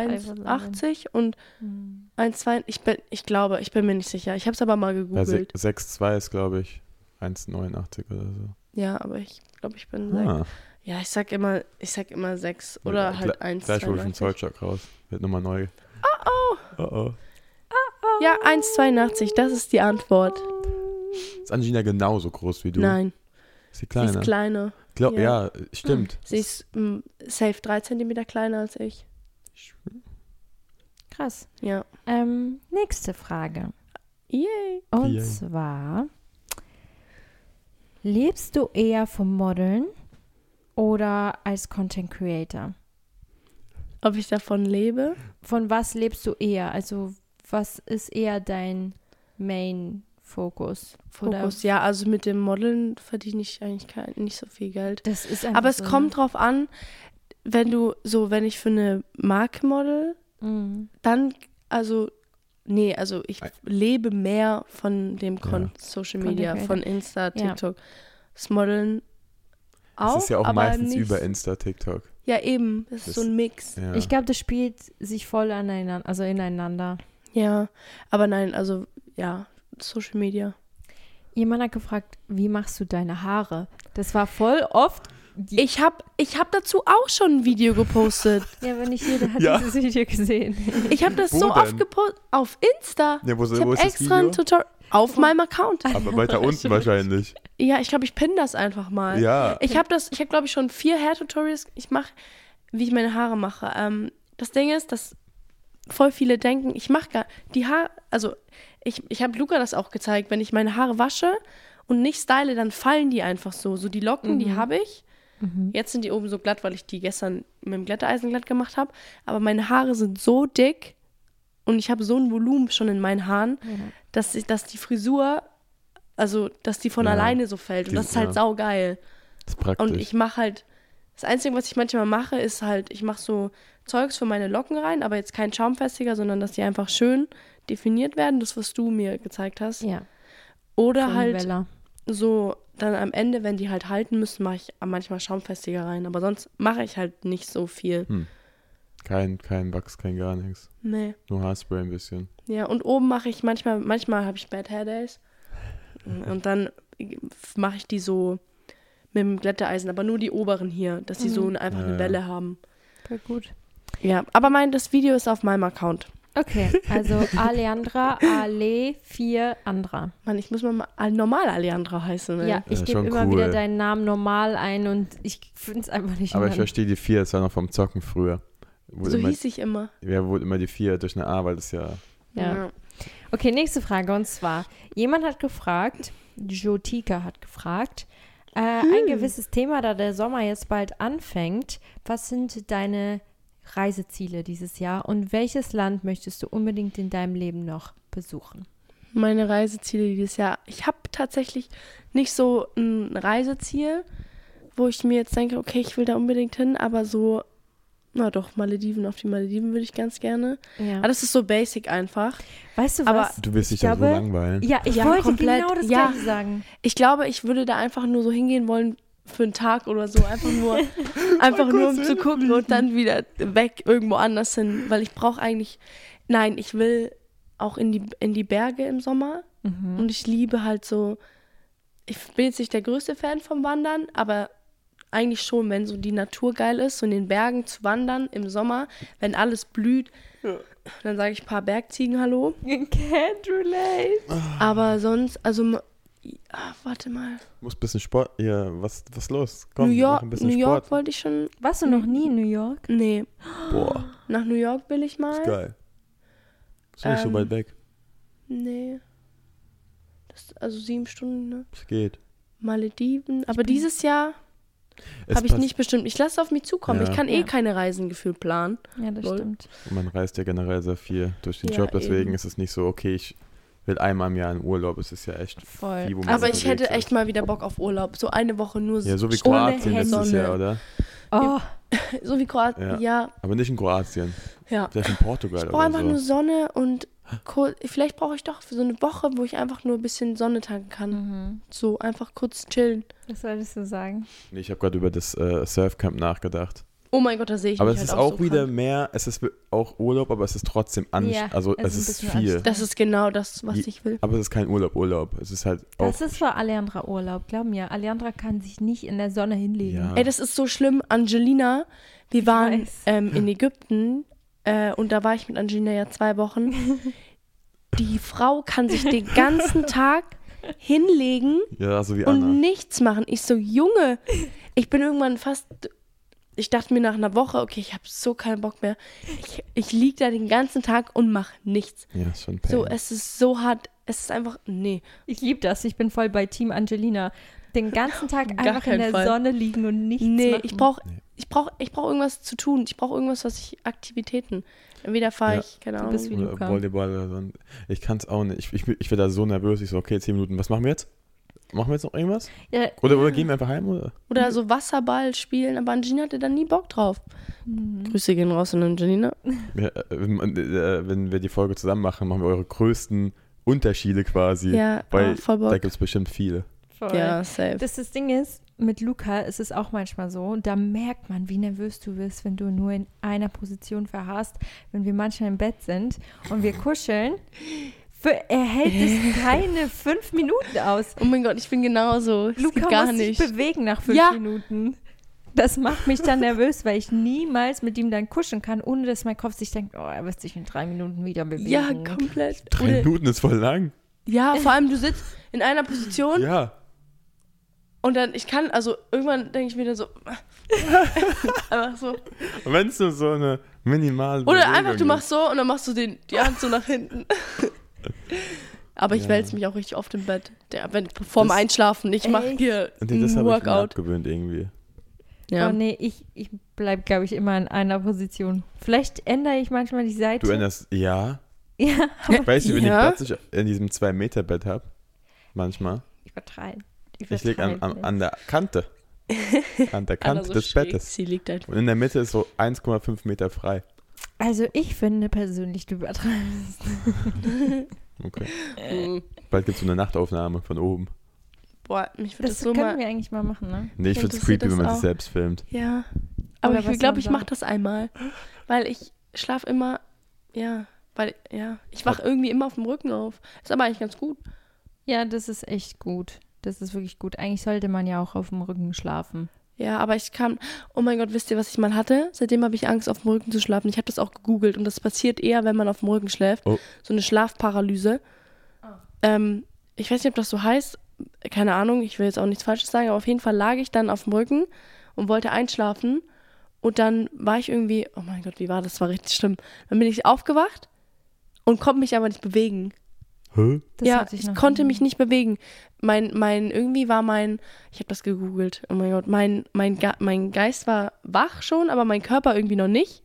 1,80 und Hm. 1,2. Ich bin, ich glaube, ich bin mir nicht sicher. Ich habe es aber mal Ja, gegoogelt. 6,2 ist, glaube ich, 1,89 oder so. Ja, aber ich glaube, ich bin sechs. Ah, Ja, ich sag immer, ich sag immer 6 oder Ja, halt gle- gleich hol ich einen 1,82. Zollstock raus. Wird nochmal neu. Oh oh. Oh Ja, 1,82, das ist die Antwort. Ist Angelina genauso groß wie du? Nein, Ist sie sie kleiner? ist kleiner. Glaub, ja. ja. stimmt. Sie ist mm, safe 3 cm kleiner als ich. Krass. Ja. Ähm, nächste Frage. Yay. Und Yay. zwar, lebst du eher vom Modeln oder als Content Creator? Ob ich davon lebe? von was lebst du eher? Also, was ist eher dein Main-Fokus? Oder- Fokus, ja, also mit dem Modeln verdiene ich eigentlich kein, nicht so viel Geld. Das ist einfach Aber es so, ne? kommt drauf an, wenn du so, wenn ich für eine Marke model, Mhm. dann, also, nee, also ich Ei. lebe mehr von dem Kon Ja. Social Content Media, Creator. von Insta, Ja. TikTok. Das Modeln auch. das ist ja auch aber meistens nicht, über Insta, TikTok. Ja, eben, das ist Das- so ein Mix. Ja. Ich glaube, das spielt sich voll aneinander, also ineinander. Ja, aber nein, also, ja, Social Media. Jemand hat gefragt, wie machst du deine Haare? Das war voll oft. Die, Ich habe ich hab dazu auch schon ein Video gepostet. ja, wenn nicht jeder hat Ja. dieses Video [LAUGHS] gesehen. Ich habe das Wo so oft denn? gepostet. Auf Insta. ja, wo, Ich wo habe ist extra ein das Video? Tutorial. Auf meinem Account. Aber weiter unten wahrscheinlich. Ja, ich glaube, ich pinne das einfach mal. Ja. Ich habe das, ich habe glaube ich schon vier Hair-Tutorials. Ich mache, wie ich meine Haare mache. Ähm, das Ding ist, dass voll viele denken, ich mache gar die Haare, also ich, ich habe Luca das auch gezeigt, wenn ich meine Haare wasche und nicht style, dann fallen die einfach so. So die Locken, die habe ich. Jetzt sind die oben so glatt, weil ich die gestern mit dem Glätteisen glatt gemacht habe. Aber meine Haare sind so dick und ich habe so ein Volumen schon in meinen Haaren, dass, ich, dass die Frisur, also dass die von Ja. alleine so fällt. Und Die- das ist halt ja. saugeil. Das ist praktisch. Und ich mache halt, Das Einzige, was ich manchmal mache, ist halt, ich mache so Zeugs für meine Locken rein, aber jetzt kein Schaumfestiger, sondern dass die einfach schön definiert werden, das, was du mir gezeigt hast. Ja. Oder von halt Bella. so dann am Ende, wenn die halt halten müssen, mache ich manchmal Schaumfestiger rein. Aber sonst mache ich halt nicht so viel. Kein, kein Wachs, kein gar nichts. Nee. Nur Haarspray ein bisschen. Ja, und oben mache ich manchmal, manchmal habe ich Bad [LAUGHS] Hair Days. Und dann mache ich die so mit dem Glätteisen, aber nur die oberen hier, dass die so eine- einfach Mhm. Ja, eine ja. Welle haben. Voll gut. Ja, aber mein, das Video ist auf meinem Account. Okay, [LAUGHS] also Aleandra, Ale, 4, Andra. Mann, ich muss mal al- normal Alejandra heißen. Ey. Ja, ich Ja, gebe schon immer cool. wieder deinen Namen normal ein und ich finde es einfach nicht Aber in ich meinem- verstehe die vier, das war noch vom Zocken früher. Wurde So immer, hieß ich immer. ja, wurde immer die vier durch eine A, weil das ja. ja. Okay, nächste Frage und zwar: Jemand hat gefragt, Jotika hat gefragt, äh, ein gewisses Thema, da der Sommer jetzt bald anfängt. Was sind deine Reiseziele dieses Jahr und welches Land möchtest du unbedingt in deinem Leben noch besuchen? Meine Reiseziele dieses Jahr. Ich habe tatsächlich nicht so ein Reiseziel, wo ich mir jetzt denke, okay, ich will da unbedingt hin, aber so, na doch, Malediven, auf die Malediven würde ich ganz gerne. Ja. Aber Ah, das ist so basic einfach. Ah, Weißt du aber- was? Du wirst dich Ich ja so glaube- langweilen. Ja, ich Ja, wollte komplett. genau das Ja. gleiche sagen. Ich glaube, ich würde da einfach nur so hingehen wollen für einen Tag oder so, einfach [LAUGHS] nur, einfach nur um zu gucken und dann wieder weg irgendwo anders hin, weil ich brauche eigentlich, nein, ich will auch in die, in die Berge im Sommer und ich liebe halt so, ich bin jetzt nicht der größte Fan vom Wandern, aber eigentlich schon, wenn so die Natur geil ist, so in den Bergen zu wandern im Sommer, wenn alles blüht, dann sage ich ein paar Bergziegen Hallo. Can't relate. Aber sonst, also, m- ah, warte mal. Muss ein bisschen Sport. Ja, was, was ist los? Komm, New mach York, ein bisschen New York Sport. wollte ich schon. Warst du noch nie in New York? Nee, Boah, nach New York will ich mal. ist geil. Ist nicht so Ähm, weit weg. Nee. Das, also sieben Stunden, ne? Es geht. Malediven. Aber dieses Jahr Es habe ich passt- nicht bestimmt. Ich lasse auf mich zukommen. Ja. Ich kann eh Ja. keine Reisen gefühlt planen. Ja, das Lol. stimmt. Man reist ja generell sehr viel durch den Ja, Job, deswegen eben. ist es nicht so, okay, ich will einmal im Jahr in Urlaub. Es ist ja echt Voll. viel, wo man Aber ich unterwegs hätte ist. echt mal wieder Bock auf Urlaub. So eine Woche nur Ja, so wie ohne Kroatien letztes Handy. Jahr, oder? Oh, [LAUGHS] So wie Kroatien. Ja, Aber nicht in Kroatien. ja. Vielleicht in Portugal Ich brauche oder einfach so. nur Sonne und kur- vielleicht brauche ich doch für so eine Woche, wo ich einfach nur ein bisschen Sonne tanken kann. Mhm. So einfach kurz chillen. Mhm. was solltest du sagen? Nee, ich habe gerade über das äh, Surfcamp nachgedacht. Oh mein Gott, da sehe ich Aber mich es ist halt auch so wieder krank. mehr, es ist auch Urlaub, aber es ist trotzdem an, Ja, also es ist es ein ist bisschen viel. anstrengend. Das ist genau das, was Je- ich will. Aber es ist kein Urlaub, Urlaub. Es ist halt auch. Das ist für Aleandra Urlaub, glaub mir. Aleandra kann sich nicht in der Sonne hinlegen. ja. Ey, das ist so schlimm. Angelina, wir waren weiß. ähm, in Ägypten äh, und da war ich mit Angelina ja zwei Wochen. Die Frau kann sich den ganzen Tag hinlegen ja, so wie Anna. und nichts machen. Ich so, Junge, ich bin irgendwann fast. Ich dachte mir nach einer Woche, okay, ich habe so keinen Bock mehr. Ich, ich lieg da den ganzen Tag und mache nichts. ja, ist schon pain. So, es ist so hart. Es ist einfach, nee. Ich liebe das. Ich bin voll bei Team Angelina. Den ganzen [LAUGHS] Tag Gar einfach in keinen der Fall. Sonne liegen und nichts nee, machen. ich brauche ich brauch, ich brauch irgendwas zu tun. Ich brauche irgendwas, was ich Aktivitäten. Entweder fahre Ja. ich, keine Du Ahnung. bist wie oder Luca. Volleyball oder so. Ich kann es auch nicht. Ich, ich, ich werde da so nervös. Ich so, okay, zehn Minuten. Was machen wir jetzt? Machen wir jetzt noch irgendwas? Ja, Oder, oder gehen wir einfach heim? Oder? oder so Wasserball spielen, aber Angelina hatte da nie Bock drauf. Mhm. Grüße gehen raus an Angelina. Ja, äh, wenn, äh, wenn wir die Folge zusammen machen, machen wir eure größten Unterschiede quasi. Ja, weil ah, voll Bock. da gibt es bestimmt viele. voll. Ja, safe. Das, das Ding ist, mit Luca ist es auch manchmal so, da merkt man, wie nervös du bist, wenn du nur in einer Position verharrst, wenn wir manchmal im Bett sind und wir kuscheln. Für, er hält [LAUGHS] es keine fünf Minuten aus. oh mein Gott, ich bin genauso. Das Luca geht gar muss nicht. sich bewegen nach fünf Ja. Minuten. Das macht mich dann nervös, weil ich niemals mit ihm dann kuscheln kann, ohne dass mein Kopf sich denkt, oh, er wird sich in drei Minuten wieder bewegen. ja, komplett. Drei Oder, Minuten ist voll lang. ja, vor allem du sitzt in einer Position Ja. und dann, ich kann, also irgendwann denke ich [LAUGHS] mir dann so, [LAUGHS] einfach so. Wenn es nur so eine minimale. Oder Bewegung einfach, du ist. machst so und dann machst du den, die Hand so [LAUGHS] nach hinten. Aber ich Ja. wälze mich auch richtig oft im Bett. Der, wenn, vorm Das- Einschlafen. Ich mache Echt? hier Und das ein habe ich mir Workout. abgewöhnt irgendwie. Oh Ja. nee, ich, ich bleibe, glaube ich, immer in einer Position. Vielleicht ändere ich manchmal die Seite. Du änderst, ja. [LAUGHS] ja, aber Weißt du, wenn Ja. ich plötzlich in diesem 2-Meter-Bett habe, manchmal, ich übertreibe. ich liege an, an, an der Kante. An der Anna Kante so des schräg. Bettes. Sie liegt einfach. Und in der Mitte ist so 1,5 Meter frei. Also ich finde persönlich, du übertreibst. Okay. Äh. Hm. Bald gibt es so eine Nachtaufnahme von oben. Boah, mich würde Das das so können mal. wir eigentlich mal machen, ne? Nee, ich finde es Interessiert creepy, wenn das man sich auch? selbst filmt. Ja. Aber Oder ich was glaube, man ich mache sagt. das einmal. Weil ich schlafe immer. Ja. Weil, ja. Ich wache irgendwie immer auf dem Rücken auf. Ist aber eigentlich ganz gut. Ja, das ist echt gut. Das ist wirklich gut. Eigentlich sollte man ja auch auf dem Rücken schlafen. Ja, aber ich kam. Oh mein Gott, wisst ihr, was ich mal hatte? Seitdem habe ich Angst, auf dem Rücken zu schlafen. Ich habe das auch gegoogelt und das passiert eher, wenn man auf dem Rücken schläft. Oh. So eine Schlafparalyse. Ähm, ich weiß nicht, ob das so heißt. Keine Ahnung, ich will jetzt auch nichts Falsches sagen, aber auf jeden Fall lag ich dann auf dem Rücken und wollte einschlafen. Und dann war ich irgendwie, oh mein Gott, wie war das? Das war richtig schlimm. Dann bin ich aufgewacht und konnte mich aber nicht bewegen Hä? Das ja, hatte ich, noch konnte nie. mich nicht bewegen. Mein, mein, irgendwie war mein, ich habe das gegoogelt, oh mein Gott, mein, mein, Ge mein Geist war wach schon, aber mein Körper irgendwie noch nicht.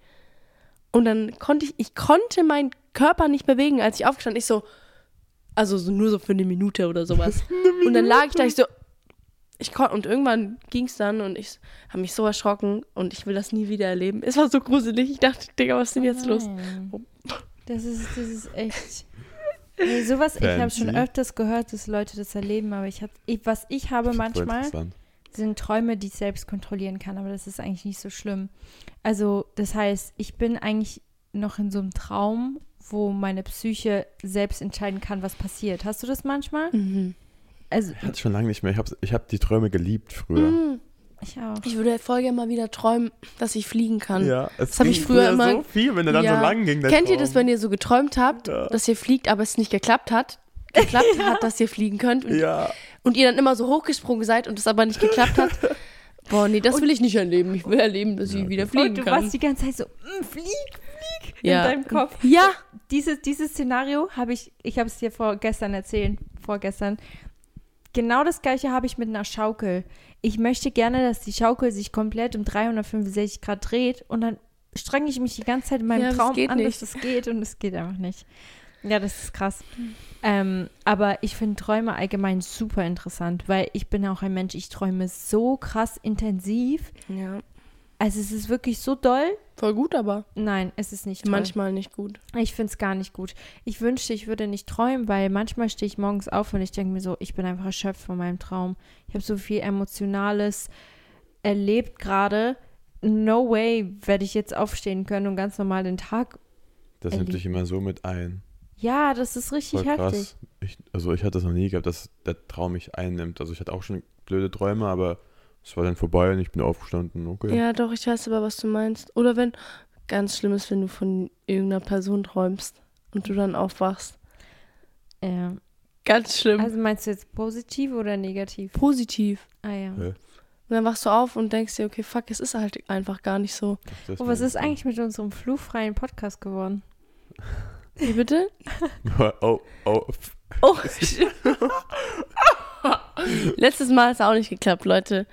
Und dann konnte ich, ich konnte meinen Körper nicht bewegen, als ich aufgestanden ich so, also so, nur so für eine Minute oder [LAUGHS] sowas. und dann lag ich da, ich so, ich konnte, und irgendwann ging es dann und ich habe mich so erschrocken und ich will das nie wieder erleben. Es war so gruselig, ich dachte, Digga, was ist denn jetzt los? Nein. Oh. Das ist, das ist [LAUGHS] echt. Nee, sowas, ich habe schon Fancy. öfters gehört, dass Leute das erleben, aber ich hab, ich, was ich habe Voll manchmal, interessant. sind Träume, die ich selbst kontrollieren kann, aber das ist eigentlich nicht so schlimm. Also, das heißt, ich bin eigentlich noch in so einem Traum, wo meine Psyche selbst entscheiden kann, was passiert. Hast du das manchmal? Mhm. Also, Ich hatte schon lange nicht mehr. Ich habe ich hab die Träume geliebt früher. Mhm. ich auch. Ich würde voll gerne mal wieder träumen, dass ich fliegen kann. es das hab ging ich früher immer- so viel, wenn er dann Ja. so lang ging. der Kennt ihr Traum. das, wenn ihr so geträumt habt, Ja. dass ihr fliegt, aber es nicht geklappt hat? [LAUGHS] Geklappt hat, dass ihr fliegen könnt und, Ja. und ihr dann immer so hochgesprungen seid und es aber nicht geklappt hat? [LAUGHS] Boah, nee, das will ich nicht erleben. Ich will erleben, dass ich wieder fliegen Und du kann. warst die ganze Zeit so, "Mm, flieg, flieg Ja. in deinem Kopf. ja, Dieses, dieses Szenario habe ich, ich habe es dir vorgestern erzählt, vorgestern. Genau das gleiche habe ich mit einer Schaukel. Ich möchte gerne, dass die Schaukel sich komplett um 365 Grad dreht und dann strenge ich mich die ganze Zeit in meinem Ja, das Traum geht an, nicht. dass es geht und es geht einfach nicht. Ja, das ist krass. Hm. Ähm, aber ich finde Träume allgemein super interessant, weil ich bin auch ein Mensch, ich träume so krass intensiv. ja. Also es ist wirklich so doll. Voll gut, aber Nein, es ist nicht toll. manchmal nicht gut. Ich finde es gar nicht gut. Ich wünschte, ich würde nicht träumen, weil manchmal stehe ich morgens auf und ich denke mir so, ich bin einfach erschöpft von meinem Traum. Ich habe so viel Emotionales erlebt gerade. No way werde ich jetzt aufstehen können und ganz normal den Tag. Das nimmt dich immer so mit ein. Ja, das ist richtig Voll heftig. krass. Ich, also ich hatte das noch nie gehabt, dass der Traum mich einnimmt. Also ich hatte auch schon blöde Träume, aber es war dann vorbei und ich bin aufgestanden. Okay. Ja, doch, ich weiß aber, was du meinst. Oder wenn, ganz schlimm ist, wenn du von irgendeiner Person träumst und du dann aufwachst. Ja. Ganz schlimm. Also meinst du jetzt positiv oder negativ? Positiv. Ah ja. Hä? Und dann wachst du auf und denkst dir, okay, fuck, es ist halt einfach gar nicht so. Das- das Oh, was war- ist eigentlich mit unserem flugfreien Podcast geworden? Wie bitte? [LAUGHS] oh, oh. pff. Oh, shit. [LAUGHS] Letztes Mal hat es auch nicht geklappt, Leute.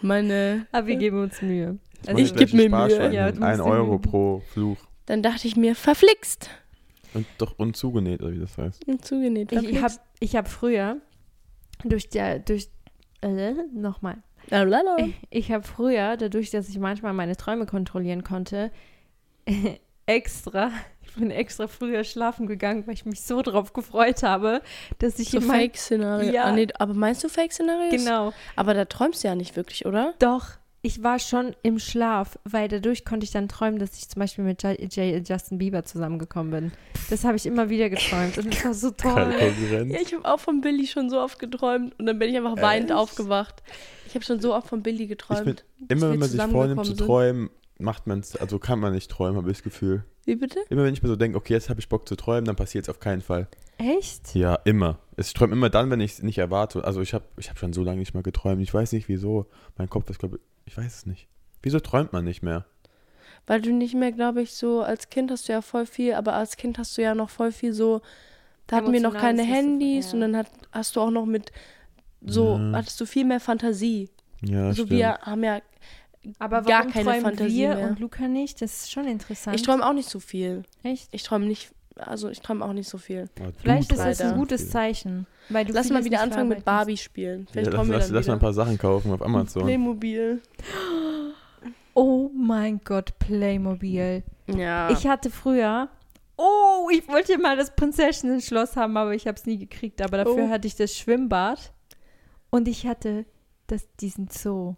Meine. Aber Ah, wir geben uns Mühe. Also Muss ich geb gleich ein mir Mühe. Sparschwein Ja, holen. du musst Ein dir Euro Mühe geben. pro Fluch. Dann dachte ich mir, verflixt. Und doch unzugenäht, oder wie das heißt. Und zugenäht. Ich habe Verflixt. ich hab früher durch der, durch, äh, nochmal. Lalalala. Äh, Ich habe früher, dadurch, dass ich manchmal meine Träume kontrollieren konnte, [LAUGHS] extra, ich bin extra früher schlafen gegangen, weil ich mich so drauf gefreut habe, dass ich So in mein- Fake-Szenario. Ja. Ah, nee, aber meinst du Fake-Szenarios? Genau. Aber da träumst du ja nicht wirklich, oder? Doch, ich war schon im Schlaf, weil dadurch konnte ich dann träumen, dass ich zum Beispiel mit J J Justin Bieber zusammengekommen bin. Das habe ich immer wieder geträumt und das war so Keine toll. Konkurrenz. Ja, ich habe auch von Billy schon so oft geträumt und dann bin ich einfach weinend aufgewacht. Ich habe schon so oft von Billy Ich bin, geträumt. immer wir wenn man sich vornimmt zu zusammengekommen sind. träumen, macht man es, also kann man nicht träumen, habe ich das Gefühl. Wie bitte? Immer wenn ich mir so denke, okay, jetzt habe ich Bock zu träumen, dann passiert es auf keinen Fall. Echt? Ja, immer. Es- Ich träume immer dann, wenn ich es nicht erwarte. Also ich habe ich hab schon so lange nicht mehr geträumt. Ich weiß nicht wieso. Mein Kopf ist, glaube ich, ich weiß es nicht. Wieso träumt man nicht mehr? Weil du nicht mehr, glaube ich, so, als Kind hast du ja voll viel, aber als Kind hast du ja noch voll viel so, da hatten wir noch keine Emotionales, was du- Handys ja. und dann hat, hast du auch noch mit so, Ja. hattest du viel mehr Fantasie. Ja, so stimmt. Also wir haben ja, Aber warum Gar keine träumen Fantasie wir mehr. und Luca nicht? Das ist schon interessant. ich träume auch nicht so viel. Echt? Ich träume nicht also ich träume auch nicht so viel. Oh, du Vielleicht ist es ein Leider. gutes Zeichen. Weil du lass mal vieles wieder nicht anfangen mit verarbeiten Barbie spielen. Ja, Vielleicht lass, kommen wir lass, dann lass mal ein wieder. paar Sachen kaufen auf Amazon. Playmobil. musst. Oh mein Gott, Playmobil. Ja. Ich hatte früher. Oh, ich wollte mal das Prinzessinnen-Schloss haben, aber ich habe es nie gekriegt. Aber dafür Oh. hatte ich das Schwimmbad und ich hatte das, diesen Zoo.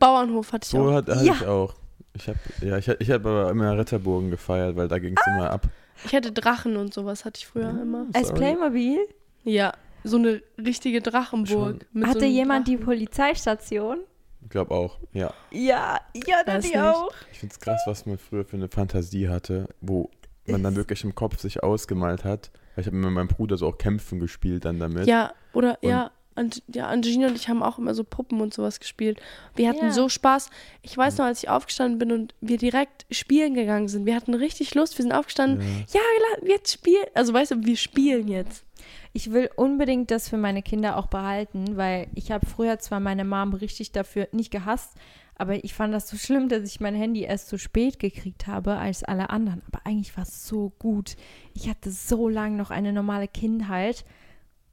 Bauernhof hatte ich So auch. hat, hatte Ja. ich auch. Ich habe ja, ich, hab- ich hab aber immer Ritterburgen gefeiert, weil da ging es Ah. immer ab. Ich hatte Drachen und sowas hatte ich früher immer. Als Sorry. Playmobil Ja, so eine richtige Drachenburg. mit so hatte einem jemand Drachen. die Polizeistation. Ich glaube auch, ja. Ja, ja, Weiß das nicht. auch. Ich finde es krass, was man früher für eine Fantasie hatte, wo man dann wirklich im Kopf sich ausgemalt hat. Weil ich habe mit meinem Bruder so auch Kämpfen gespielt dann damit. Ja, oder Und- ja, Ant ja, Angelina und ich haben auch immer so Puppen und sowas gespielt. Wir hatten Ja. so Spaß. Ich weiß noch, als ich aufgestanden bin und wir direkt spielen gegangen sind. Wir hatten richtig Lust, wir sind aufgestanden. Ja, la- jetzt spielen. Also weißt du, wir spielen jetzt. Ich will unbedingt das für meine Kinder auch behalten, weil ich habe früher zwar meine Mom richtig dafür nicht gehasst, aber ich fand das so schlimm, dass ich mein Handy erst so spät gekriegt habe als alle anderen. Aber eigentlich war es so gut. Ich hatte so lange noch eine normale Kindheit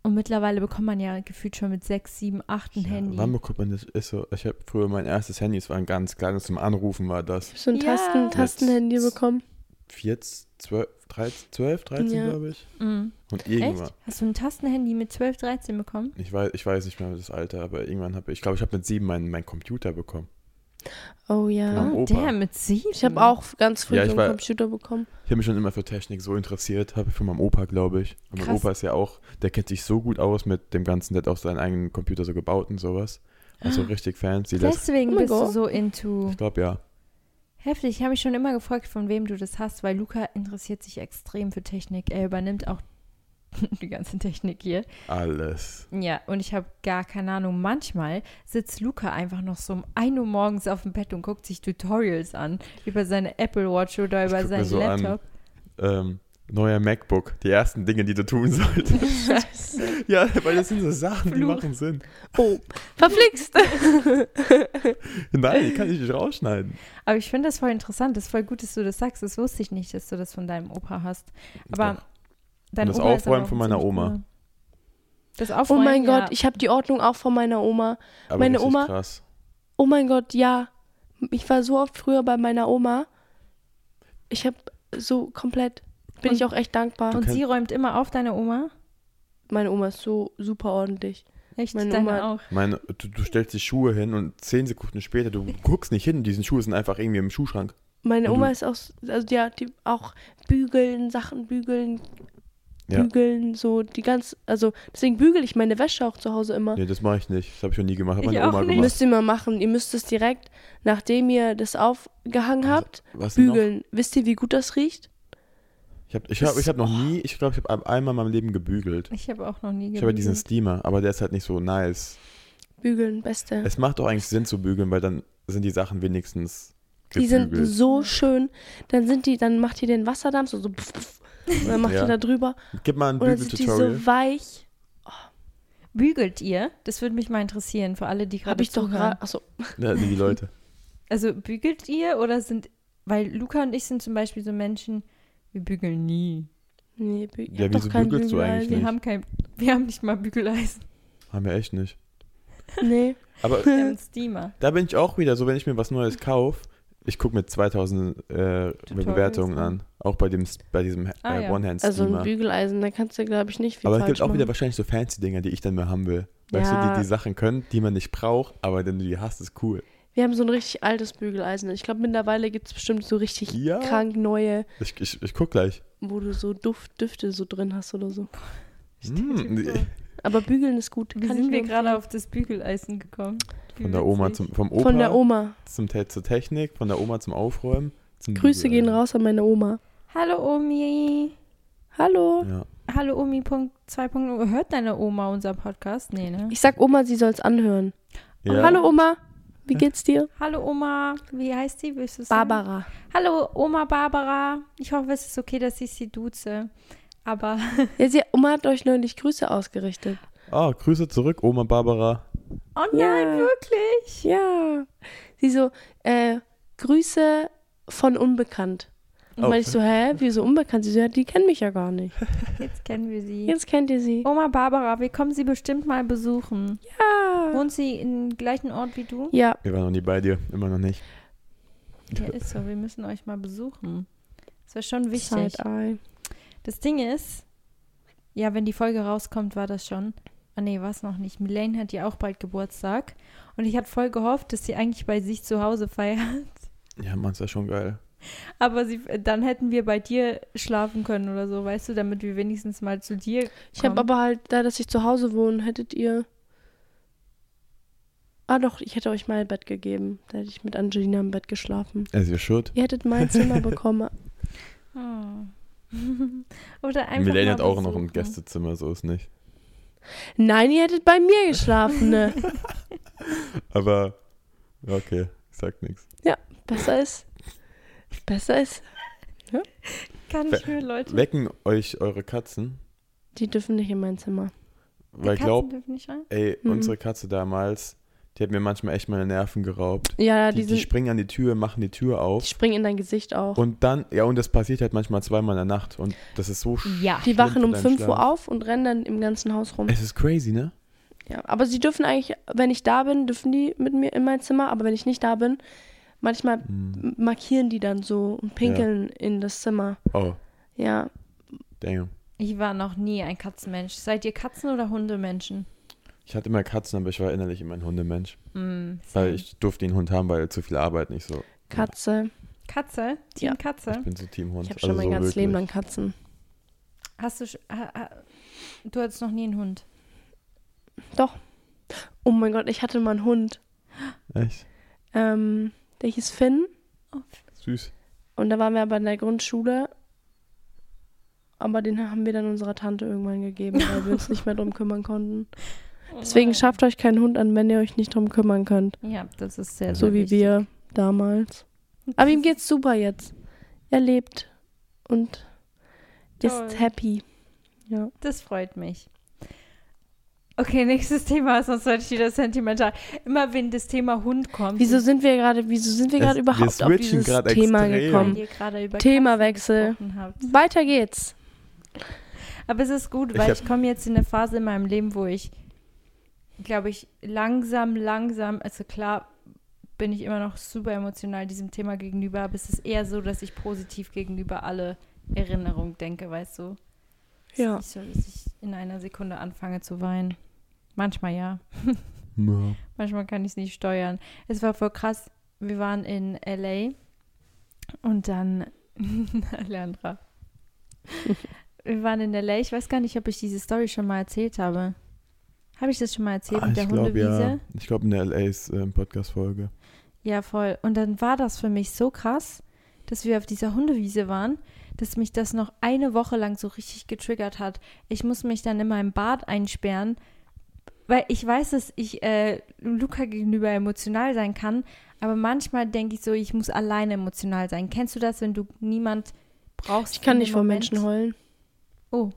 und mittlerweile bekommt man ja gefühlt schon mit sechs, sieben, acht ein Ja, Handy. Wann bekommt man das? Ist so, ich habe früher mein erstes Handy, es war ein ganz kleines, zum Anrufen war das. So ein Ja. Tasten Tastenhandy Jetzt- bekommen. 14, 12, 13, 12, 13 Ja. glaube ich. Mhm. Und Echt? irgendwann. Hast du ein Tastenhandy mit 12, 13 bekommen? Ich weiß, ich weiß nicht mehr das Alter, aber irgendwann habe ich, glaube ich, habe mit sieben meinen meinen Computer bekommen. Oh ja. Ja. Am Oh, Opa. der mit sieben. Ich habe auch ganz früh Ja, ich so war- einen Computer bekommen. Ich habe mich schon immer für Technik so interessiert, habe ich von meinem Opa, glaube ich. Und mein Krass. Opa ist ja auch, der kennt sich so gut aus mit dem Ganzen, der hat auch seinen eigenen Computer so gebaut und sowas. Ah, Also richtig fancy. Das, Deswegen Oh mein bist du Gott. so into. ich glaube ja. Heftig, ich habe mich schon immer gefragt, von wem du das hast, weil Luca interessiert sich extrem für Technik. Er übernimmt auch [LAUGHS] die ganze Technik hier. Alles. Ja, und ich habe gar keine Ahnung. Manchmal sitzt Luca einfach noch so um 1 Uhr morgens auf dem Bett und guckt sich Tutorials an über seine Apple Watch oder Ich über guck mir seinen so an. Laptop. Ähm, neuer MacBook. Die ersten Dinge, die du [LAUGHS] tun solltest. Scheiße. ja, weil das sind so Sachen, die Fluch. machen Sinn. Oh, verflixt. Nein, die kann ich nicht rausschneiden. Aber ich finde das voll interessant. Das ist voll gut, dass du das sagst. Das wusste ich nicht, dass du das von deinem Opa hast. Aber Doch. dein Und das Opa ist aber Aufräumen auch von ein meiner ziemlich Oma. cooler. Das Oh Aufräumen. mein ja. Gott, ich habe die Ordnung auch von meiner Oma. Aber Meine richtig Oma- Krass. Oh mein Gott, ja. Ich war so oft früher bei meiner Oma. Ich habe so komplett, bin Und- ich auch echt dankbar. Und kannst- sie räumt immer auf, deine Oma? meine Oma ist so super ordentlich. Echt? Meine deine Oma- auch. Meine, du, du stellst die Schuhe hin und zehn Sekunden später, du guckst nicht hin, diese Schuhe sind einfach irgendwie im Schuhschrank. Meine Und du- Oma ist auch, s- also die hat die auch bügeln, Sachen bügeln, Ja. Mhm. bügeln, so die ganz, also deswegen bügel ich meine Wäsche auch zu Hause immer. Nee, das mache ich nicht. Das habe ich noch nie gemacht. Hat Ich meine auch Oma nicht. gemacht. Müsst ihr mal machen. Ihr müsst es direkt, nachdem ihr das Also aufgehangen habt, Was denn noch? bügeln. Wisst ihr, wie gut das riecht? Ich habe ich hab, ich hab noch nie, ich glaube, ich habe einmal in meinem Leben gebügelt. Ich habe auch noch nie Ich habe ja diesen gebügelt. Steamer, aber der ist halt nicht so nice. Bügeln, beste. Es macht doch eigentlich Sinn zu bügeln, weil dann sind die Sachen wenigstens Die gebügelt. sind so schön. Dann sind die, dann macht ihr den Wasserdampf so, so pf, pf, und dann macht Ja. ihr da drüber. Gib mal ein Und dann sind die Bügel-Tutorial. so weich. Bügelt ihr? Das würde mich mal interessieren, für alle, die gerade Hab ich doch zuhören. gerade. Achso, Ja, nee, die [LAUGHS] Leute. Also bügelt ihr oder sind, weil Luca und ich sind zum Beispiel so Menschen, wir bügeln nie. nee, bü- ich Ja, hab wieso doch kein bügelst du Bügeleisen. Wir Nicht. haben kein, wir haben nicht mal Bügeleisen, Haben wir echt nicht. Nee. Aber wir [LAUGHS] haben einen Steamer. da bin ich auch wieder so, wenn ich mir was Neues kaufe, ich gucke mir 2000 äh, Bewertungen an. Auch bei, dem, bei diesem äh, Ah, ja. Also One-Hand-Steamer. ein Bügeleisen, da kannst du, glaube ich, nicht viel Aber es falsch gibt auch wieder machen. wahrscheinlich so fancy Dinger, die ich dann mehr haben will. Weißt du, die, Ja. die Sachen können, die man nicht braucht, aber wenn du die hast, ist cool. Wir haben so ein richtig altes Bügeleisen. Ich glaube, mittlerweile gibt es bestimmt so richtig Ja. krank neue, Ich, ich, ich guck gleich. wo du so Duft, Düfte so drin hast oder so. Mm, die- Aber bügeln ist gut. Wie kann ich sind wir nur gerade empfehlen. auf das Bügeleisen gekommen? Wie von der Oma witzig. zum, vom Opa Von der Oma. zum Te zur Technik, von der Oma zum Aufräumen. Zum Grüße gehen Bügeln. raus an meine Oma. Hallo Omi. Hallo. Ja. Hallo Omi. Punkt 2.0. Hört deine Oma unseren Podcast? Nee, ne? Ich sag Oma, sie soll's anhören. Ja. Oh, Hallo Oma, wie geht's dir? Hallo Oma. Wie heißt sie? Willst du es sagen? Barbara. Hallo Oma Barbara. Ich hoffe, es ist okay, dass ich sie duze. Aber Ja, sie, Oma hat euch neulich Grüße ausgerichtet. Ah, Grüße zurück, Oma Barbara. Oh nein, Ja. wirklich? Ja. Sie so, äh, Grüße von Unbekannt. Und dann meinte ich so, hä, wieso unbekannt? Sie so, ja, die kennen mich ja gar nicht. Jetzt kennen wir sie. Jetzt kennt ihr sie. Oma Barbara, wir kommen sie bestimmt mal besuchen. Ja. Wohnt sie im gleichen Ort wie du? Ja, Wir waren noch nie bei dir, immer noch nicht. Ja, ist so. Wir müssen euch mal besuchen. Das wäre schon wichtig. Side-Eye. Das Ding ist, ja, wenn die Folge rauskommt, war das schon. Ah nee, war es noch nicht. Milane hat ja auch bald Geburtstag. Und ich hatte voll gehofft, dass sie eigentlich bei sich zu Hause feiert. [LAUGHS] Ja, man ist ja schon geil. Aber sie, dann hätten wir bei dir schlafen können oder so, weißt du, damit wir wenigstens mal zu dir kommen. Ich habe aber halt, da dass ich zu Hause wohne, hättet ihr. Ah doch, ich hätte euch mein Bett gegeben. Da hätte ich mit Angelina im Bett geschlafen. Also ihr schuld. Ihr hättet mein Zimmer [LAUGHS] bekommen. Oh. Ah. [LAUGHS] oder einfach Milene mal hat auch noch ein ne? besuchen. Gästezimmer, so ist nicht. Nein, ihr hättet bei mir geschlafen, ne? Aber ja, okay, ich sag nichts. Besser ist. Besser ist. Kann ich mir Leute. Wecken euch eure Katzen, Die dürfen nicht in mein Zimmer. Die weil ich Katzen glaub, dürfen nicht rein. ey, Mhm. unsere Katze damals, die hat mir manchmal echt meine Nerven geraubt. Ja, die, Die, die sind, springen an die Tür, machen die Tür die auf springen in dein Gesicht auch. und dann, ja, und das passiert halt manchmal zweimal in der Nacht und das ist so sch Ja. Die wachen um deinen 5 Uhr Schlaf. auf und rennen dann im ganzen Haus rum. Es ist crazy, ne? Ja, aber sie dürfen eigentlich, wenn ich da bin, dürfen die mit mir in mein Zimmer, aber wenn ich nicht da bin, manchmal Mm. m- markieren die dann so und pinkeln in das Zimmer. Oh, Ja, damn. Ich war noch nie ein Katzenmensch. Seid ihr Katzen- oder Hundemenschen? Ich hatte immer Katzen, aber ich war innerlich immer ein Hundemensch. Hm. Mm, Weil ich durfte den Hund haben, weil zu viel Arbeit nicht so. Katze. Katze? Team Ja. Ich Katze? bin so Team Hund. Also Ich habe schon mein so ganzes Leben lang wirklich. Katzen. Hast du. sch- ha- ha- Du hattest noch nie einen Hund. Doch. Oh mein Gott, ich hatte mal einen Hund. Echt? Ähm, der hieß Finn Süß. und da waren wir aber in der Grundschule. Aber den haben wir dann unserer Tante irgendwann gegeben, weil wir [LAUGHS] uns nicht mehr drum kümmern konnten. Deswegen schafft euch keinen Hund an, wenn ihr euch nicht drum kümmern könnt. Ja, das ist sehr, So sehr wie wichtig. wir damals. Aber ihm geht's super jetzt. Er lebt und Toll. ist happy. Ja. Das freut mich. Okay, nächstes Thema, sonst werde ich wieder sentimental. Immer wenn das Thema Hund kommt, Wieso sind wir gerade, wieso sind wir Es- gerade wir überhaupt auf switchen dieses gerade Thema extrem. wenn gekommen? ihr gerade über Themawechsel. Katzen gesprochen habt. Weiter geht's. Aber es ist gut, Ich weil hab- ich, komme jetzt in eine Phase in meinem Leben, wo ich, glaube ich, langsam, langsam, also klar bin ich immer noch super emotional diesem Thema gegenüber, aber es ist eher so, dass ich positiv gegenüber alle Erinnerungen denke, weißt du? Es ist Ja. nicht so, dass ich in einer Sekunde anfange zu weinen. Manchmal ja. Ja. Manchmal kann ich es nicht steuern. Es war voll krass. Wir waren in LA und dann [LAUGHS] Leandra. Wir waren in LA. Ich weiß gar nicht, ob ich diese Story schon mal erzählt habe. Habe ich das schon mal erzählt Ah, mit der ich glaube ja. Hundewiese? Ich glaube in der LAs ähm, Podcast-Folge. Ja. voll. Und dann war das für mich so krass, dass wir auf dieser Hundewiese waren, dass mich das noch eine Woche lang so richtig getriggert hat. Ich muss mich dann in meinem Bad einsperren, weil ich weiß, dass ich äh, Luca gegenüber emotional sein kann, aber manchmal denke ich so, ich muss alleine emotional sein. Kennst du das, wenn du niemand brauchst? Ich kann in nicht dem vor Moment? Menschen heulen. Äh, Oh.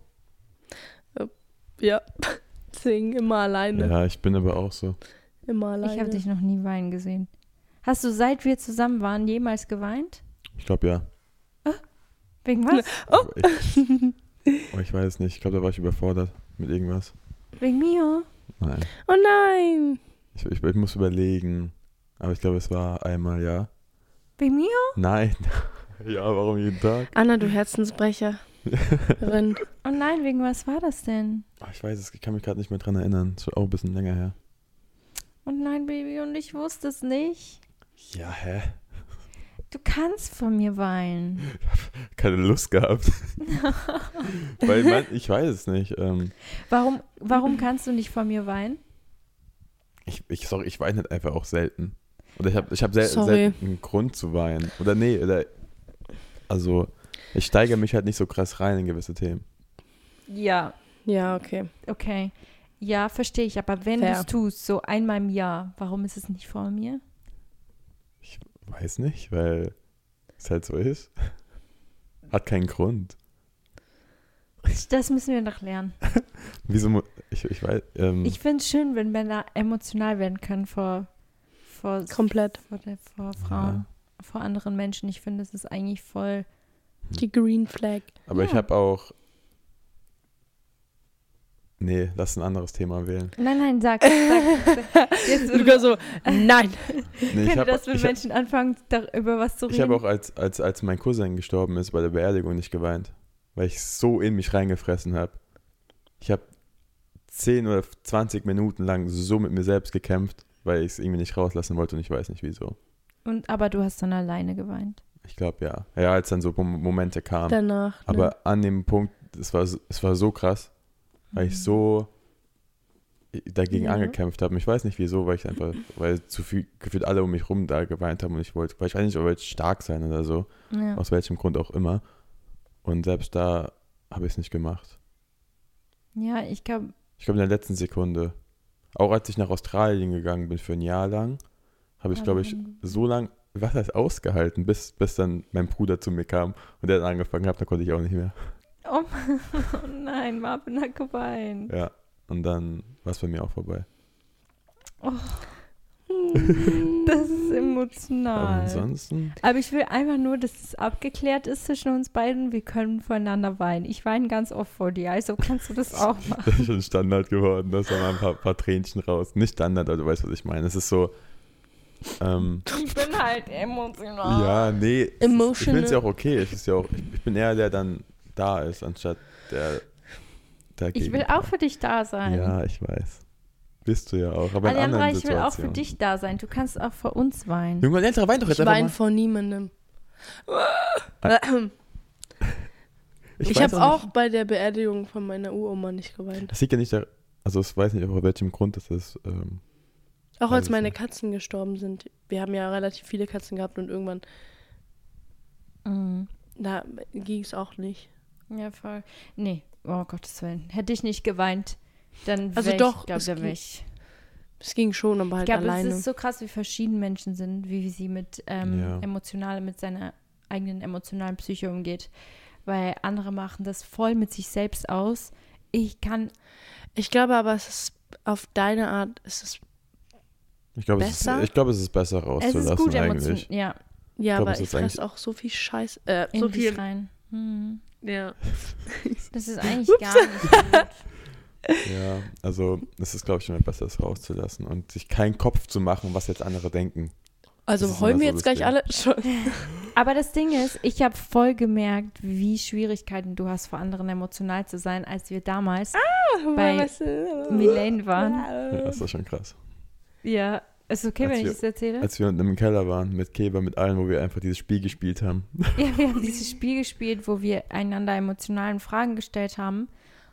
Ja. [LAUGHS] Deswegen immer alleine. Ja, ich bin aber auch so. Immer alleine. Ich habe dich noch nie weinen gesehen. Hast du, seit wir zusammen waren, jemals geweint? Ich glaube ja. Wegen was? Oh. Aber Ich, aber ich weiß nicht. Ich glaube, da war ich überfordert mit irgendwas. Wegen Mio? Nein. Oh nein. Ich, ich, ich muss überlegen. Aber ich glaube, es war einmal ja. Wegen Mio? Nein. [LAUGHS] ja, warum jeden Tag? [LAUGHS] Anna, du Herzensbrecherin. Oh nein, wegen was war das denn? Ah, Ich weiß es, ich kann mich gerade nicht mehr dran erinnern. Ist auch ein bisschen länger her. Oh nein, Baby, und ich wusste es nicht. Ja, hä? Du kannst von mir weinen. Keine Lust [LAUGHS] gehabt. Weil man, ich weiß es nicht. Ähm, Warum, [CLEARS THROAT] warum kannst du nicht von mir weinen? ich, ich, sorry, ich weine halt einfach auch selten. Oder ich habe ich hab sel Sorry. selten einen Grund zu weinen. Oder nee, oder. Also, ich steigere mich halt nicht so krass rein in gewisse Themen. Ja, Ja, okay. okay. Ja, verstehe ich, aber wenn du Fair. es tust, so einmal im Jahr, warum ist es nicht vor [LAUGHS] mir? Weiß nicht, weil es halt so ist. Hat keinen Grund. Das müssen wir noch lernen. Wieso. mu- Ich, ich weiß. Ähm, Ich finde es schön, wenn Männer emotional werden können vor, vor Komplett. vor, der, vor Frauen, vor anderen Menschen. Ich finde, es ist eigentlich voll Die Green Flag. Aber ich Ja. habe auch. Nee, lass ein anderes Thema wählen. Nein, nein, sag. sag, sag. [LAUGHS] Jetzt, Luca so, nein. Nee, ich könnte habe das mit ich hab, Menschen anfangen, darüber was zu reden. ich hab auch, als, als, als mein Cousin gestorben ist, bei der Beerdigung nicht geweint. Weil ich so in mich reingefressen habe. Ich habe 10 oder 20 Minuten lang so mit mir selbst gekämpft, weil ich es irgendwie nicht rauslassen wollte und ich weiß nicht wieso. Und, aber du hast dann alleine geweint. Ich glaube ja. Ja, als dann so Mom- Momente kamen. Danach. ne? Aber [LAUGHS] an dem Punkt, es war, so- es war so krass, weil ich so dagegen Mhm. Ja. angekämpft habe. Ich weiß nicht wieso, weil ich einfach, weil zu viel, gefühlt alle um mich rum da geweint haben und ich wollte, weil ich eigentlich wollte stark sein oder so, Ja. aus welchem Grund auch immer. Und selbst da habe ich es nicht gemacht. Ja, ich glaube, Ich glaube in der letzten Sekunde. Auch als ich nach Australien gegangen bin für ein Jahr lang, habe ich, glaube ich, so lang, was heißt ausgehalten, bis, bis dann mein Bruder zu mir kam und der dann angefangen hat, da konnte ich auch nicht mehr. Oh, [LAUGHS] oh nein, Marvin hat geweint. Ja. Und dann war es bei mir auch vorbei. Das ist Aber emotional. ansonsten. Aber ich will einfach nur, dass es abgeklärt ist zwischen uns beiden. Wir können voreinander weinen. Ich weine ganz oft vor dir, also kannst du [LAUGHS] das auch machen. Das ist schon Standard geworden. Da ist mal ein paar, paar Tränchen raus. Nicht Standard, aber du weißt, was ich meine. Es ist so. Ähm, Ich bin halt emotional. ja, nee. es ist- Ich Emotional. finde es ja auch okay. Es ist ja auch, ich, ich bin eher der, der dann da ist, anstatt der. Dagegen. Ich will auch für dich da sein. Ja, ich weiß. Bist du ja auch. Aber in Alejandra, anderen ich will Situationen. auch für dich da sein. Du kannst auch für uns weinen. Junge, Alejandra, wein doch Ich jetzt einfach weine mal. vor niemandem. Ich, weiß habe auch nicht. bei der Beerdigung von meiner Uroma nicht geweint. Das liegt ja nicht da. Also, ich weiß nicht, aus welchem Grund das ist. Ähm, Auch Weiß als ich meine nicht. Katzen gestorben sind. Wir haben ja relativ viele Katzen gehabt und irgendwann, Mhm. da ging es auch nicht. Ja, voll. Nee, oh Gottes Willen. Hätte ich nicht geweint, dann Also wäre doch, ich, glaub, es dann ging- wär ich. Es ging schon, aber Ich halt glaube, es alleine. ist so krass, wie verschieden Menschen sind, wie sie mit ähm, Ja. emotional, mit seiner eigenen emotionalen Psyche umgeht. Weil andere machen das voll mit sich selbst aus. Ich kann, ich glaube aber, es ist auf deine Art, es ist, ich glaube, es, ist- Besser? ich glaub, es ist besser es rauszulassen ist gut eigentlich. emotional. Ja, ja, glaube, aber es ich ist eigentlich- fresse auch so viel Scheiß, äh, in so dich viel, rein. Hm. ja. Das [LAUGHS] ist eigentlich gar nicht gut. Ja, also es ist, glaube ich, immer besser, es rauszulassen und sich keinen Kopf zu machen, was jetzt andere denken. Das Also ist heulen wir immer so das jetzt Ding. gleich alle schon. Aber das Ding ist, ich habe voll gemerkt, wie Schwierigkeiten du hast, vor anderen emotional zu sein, als wir damals Ah. bei Milane waren. Äh. Ja, das ist schon krass. Ja, ist okay, Als wenn ich wir- das erzähle? Als wir unten im Keller waren, mit Keba, mit allen, wo wir einfach dieses Spiel gespielt haben. [LAUGHS] Ja, wir [LAUGHS] haben dieses Spiel gespielt, wo wir einander emotionalen Fragen gestellt haben.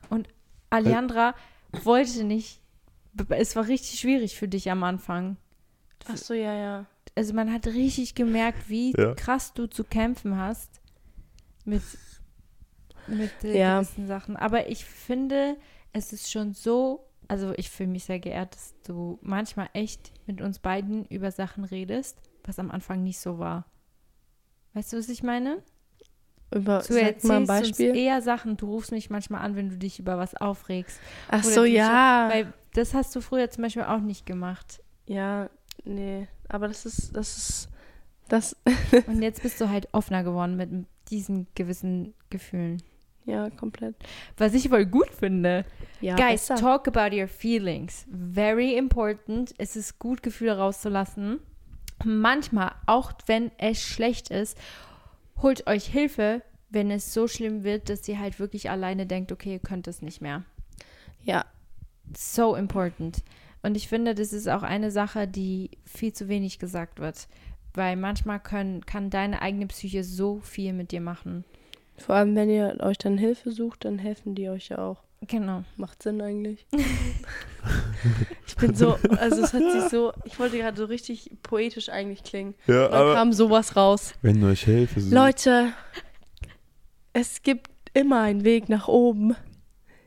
Und Alejandra wollte nicht. b- Es war richtig schwierig für dich am Anfang. Achso, ja, ja. Also man hat richtig gemerkt, wie Ja. krass du zu kämpfen hast mit, mit äh, Ja. gewissen Sachen. Aber ich finde, es ist schon so, also ich fühle mich sehr geehrt, dass du manchmal echt mit uns beiden über Sachen redest, was am Anfang nicht so war. Weißt du, was ich meine? Über, Du sag mal ein erzählst eh. uns Beispiel. eher Sachen, du rufst mich manchmal an, wenn du dich über was aufregst. Ach Oder so, du ja. Weil das hast du früher zum Beispiel auch nicht [LAUGHS] gemacht. Ja, nee. Aber das ist, das ist, das, Und jetzt bist du halt offener geworden mit diesen gewissen Gefühlen. ja, komplett. Was ich voll gut finde. Ja, Guys, besser. talk about your feelings. Very important. Es ist gut, Gefühle rauszulassen. Manchmal, auch wenn es schlecht ist, holt euch Hilfe, wenn es so schlimm wird, dass ihr halt wirklich alleine denkt, okay, ihr könnt es nicht mehr. Ja, so important. Und ich finde, das ist auch eine Sache, die viel zu wenig gesagt wird. Weil manchmal können, kann deine eigene Psyche so viel mit dir machen. vor allem, wenn ihr euch dann Hilfe sucht, dann helfen die euch ja auch. Genau. Macht Sinn [LAUGHS] eigentlich. ich bin so, also es hat sich so, ich wollte gerade so richtig poetisch eigentlich klingen. Ja, Und Dann kam sowas raus. wenn du euch Hilfe suchst, Leute, es gibt immer einen Weg nach oben.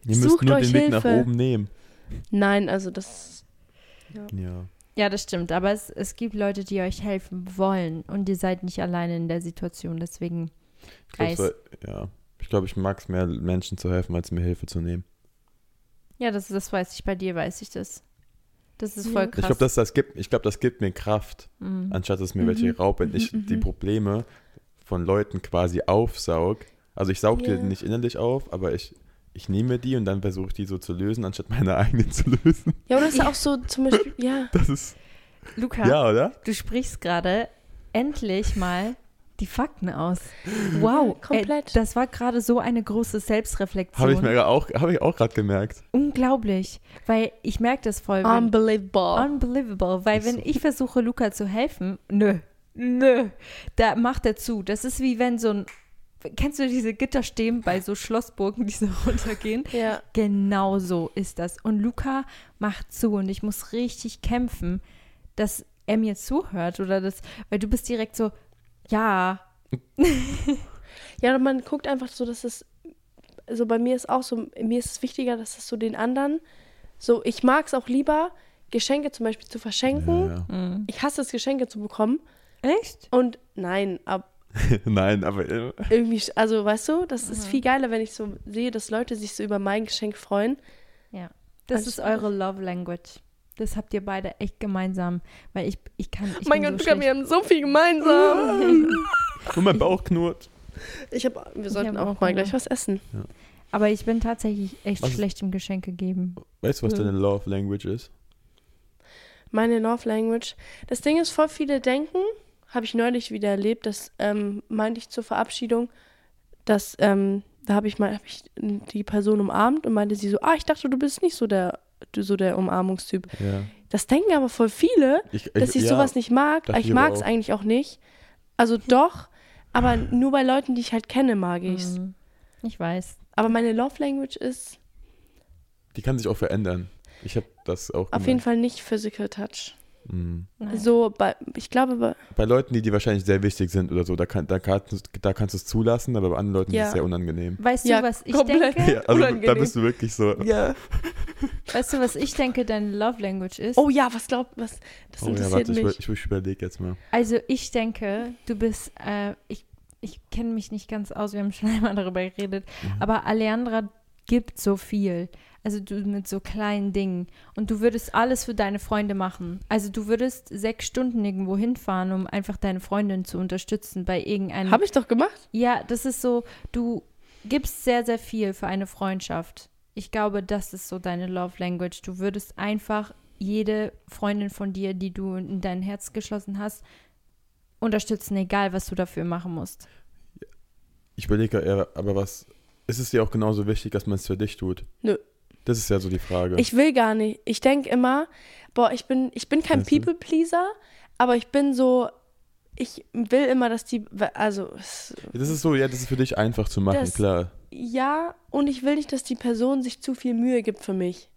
ihr müsst sucht nur den euch Weg nach Hilfe. oben nehmen. Nein, also das, Ja. Ja, das stimmt. Aber es, es gibt Leute, die euch helfen wollen. Und ihr seid nicht alleine in der Situation. Deswegen, Ich glaube, Guys. ja. ich, glaub, ich mag es mehr, Menschen zu helfen, als mir Hilfe zu nehmen. ja, das, das weiß ich. Bei dir weiß ich das. Das ist Ja. voll krass. Ich glaube, das, Ah, das, gibt- ich glaub, das gibt mir Kraft, Mhm. mhm. anstatt dass mir welche raubt, wenn ich die Probleme von Leuten quasi aufsaug. Also ich saug Ja. die nicht innerlich auf, aber ich, ich nehme die und dann versuche ich die so zu lösen, anstatt meine [LAUGHS] eigenen zu lösen. Ja, aber das ist auch so zum Beispiel, ja. Das ist. Luca, Ja, oder? du sprichst gerade endlich mal die Fakten aus. Wow, Komplett. Ey, das war gerade so eine große Selbstreflexion. Habe ich mir auch, habe ich auch gerade gemerkt. Unglaublich, weil ich merke das voll. wenn- Unbelievable. Unbelievable, weil wenn ich versuche, Luca zu helfen, nö, nö, da macht er zu. Das ist wie wenn so ein, kennst du diese Gitterstäben bei so Schlossburgen, die so [LAUGHS] runtergehen? Ja. Genau so ist das. Und Luca macht zu und ich muss richtig kämpfen, dass er mir zuhört oder das, weil du bist direkt so, ja, Ja, man guckt einfach so, dass es, also bei mir ist auch so, mir ist es wichtiger, dass es so den anderen, so ich mag es auch lieber, Geschenke zum Beispiel zu verschenken. Ja, [LAUGHS] Ich hasse es, Geschenke zu bekommen. echt? Und nein, ab, ja. Nein, aber äh, irgendwie, sch- also weißt du, das ist viel geiler, wenn ich so sehe, dass Leute sich so über mein Geschenk freuen. Ja. Das Also- ist eure Love Language. Das habt ihr beide echt gemeinsam, weil ich, ich kann. Ich mein bin Gott, so Luca, schlecht. wir haben so viel gemeinsam. nur mein Bauch knurrt. [LAUGHS] Ich hab, wir sollten hab auch, auch mal Hunger. gleich was essen. Aber ich bin tatsächlich echt Was ist- schlecht im Geschenke geben. Weißt du, was Ja. deine Love Language ist? Meine Love Language. Das Ding ist, voll viele denken, habe ich neulich wieder erlebt, das ähm, meinte ich zur Verabschiedung, dass ähm, da habe ich mal hab ich die Person umarmt und meinte sie so, ah, ich dachte, du bist nicht so der du- so der Umarmungstyp. Ja. Das denken aber voll viele, Ich, ich, dass ich sowas nicht mag. Ah, dachte Ich, ich aber mag es auch. eigentlich auch nicht. Also doch, aber nur bei Leuten, die ich halt kenne, mag ich es. Mhm. Ich weiß. Aber meine Love Language ist Die kann sich auch verändern. Ich habe das auch auf jeden Fall nicht Physical Fall. Touch. Mhm. Nein. So, bei, ich glaube, bei, Bei Leuten, die dir wahrscheinlich sehr wichtig sind oder so, da, kann, da, kannst, da kannst du es zulassen, aber bei anderen Leuten ist Ja. es sehr unangenehm. Weißt Ja, du, was ich komplett. denke? Ja, also da unangenehm. bist du wirklich so. ja. Weißt du, was ich denke, deine Love Language ist? Oh ja, was glaubt, was, das Oh ja, interessiert warte, ich, mich. ich, ich überlege jetzt mal. Also ich denke, du bist, äh, ich, ich kenne mich nicht ganz aus, wir haben schon [LAUGHS] einmal darüber geredet, aber Aleandra gibt so viel. Also du mit so kleinen Dingen. Und du würdest alles für deine Freunde machen. Also du würdest sechs Stunden irgendwo hinfahren, um einfach deine Freundin zu unterstützen bei irgendeinem Habe ich doch gemacht. Ja, das ist so, du gibst sehr, sehr viel für eine Freundschaft. Ich glaube, das ist so deine Love Language. Du würdest einfach jede Freundin von dir, die du in dein Herz geschlossen hast, unterstützen, egal was du dafür machen musst. Ich überlege ja, aber was. Ist es dir auch genauso wichtig, dass man es für dich tut? Nö. Das ist ja so die Frage. Ich will gar nicht. Ich denke immer, boah, ich bin, ich bin kein Weißt du? People-Pleaser, aber ich bin so, ich will immer, dass die, also, es- das ist so, ja, das ist für dich einfach zu machen, Das- klar. ja, und ich will nicht, dass die Person sich zu viel Mühe gibt für mich.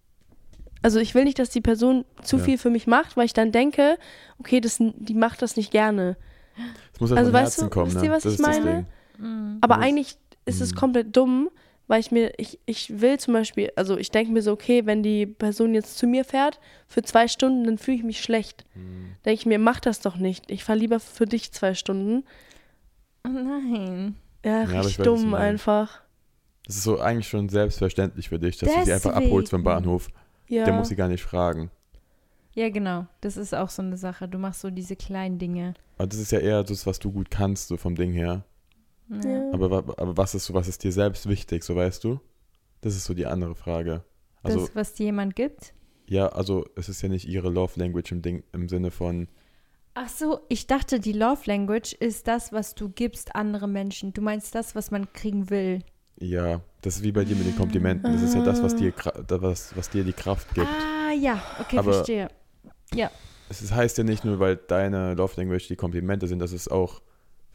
Also ich will nicht, dass die Person zu Ja. viel für mich macht, weil ich dann denke, okay, das, die macht das nicht gerne. Es muss ja Also vom weißt du, Herzen kommen, wisst ne? ihr, was das ich ist meine? das Ding. Aber Das- eigentlich ist es Mhm. komplett dumm, weil ich mir, ich, ich will zum Beispiel, also ich denke mir so, okay, wenn die Person jetzt zu mir fährt für zwei Stunden, dann fühle ich mich schlecht. Mhm. Denke ich mir, mach das doch nicht. Ich fahre lieber für dich zwei Stunden. Oh nein. aber Ja, ich richtig weiß, was du dumm meinst. einfach. Das ist so eigentlich schon selbstverständlich für dich, dass du sie einfach Deswegen. abholst vom Bahnhof. Ja. Der muss sie gar nicht fragen. Ja, genau. Das ist auch so eine Sache. Du machst so diese kleinen Dinge. Aber das ist ja eher das, was du gut kannst, so vom Ding her. ja. Aber, wa- aber was ist so, was ist dir selbst wichtig, so weißt du? Das ist so die andere Frage. Also, das, was dir jemand gibt. ja, also es ist ja nicht ihre Love Language im Ding, im Sinne von, Ach so, ich dachte, die Love Language ist das, was du gibst andere Menschen. Du meinst das, was man kriegen will. ja, das ist wie bei dir mit den Komplimenten. Das ist ja das, was dir, Kra- da- was, was dir die Kraft gibt. Ah, ja. Okay, Aber- verstehe. Es ist- heißt ja nicht nur, weil deine Love Language die Komplimente sind, dass es auch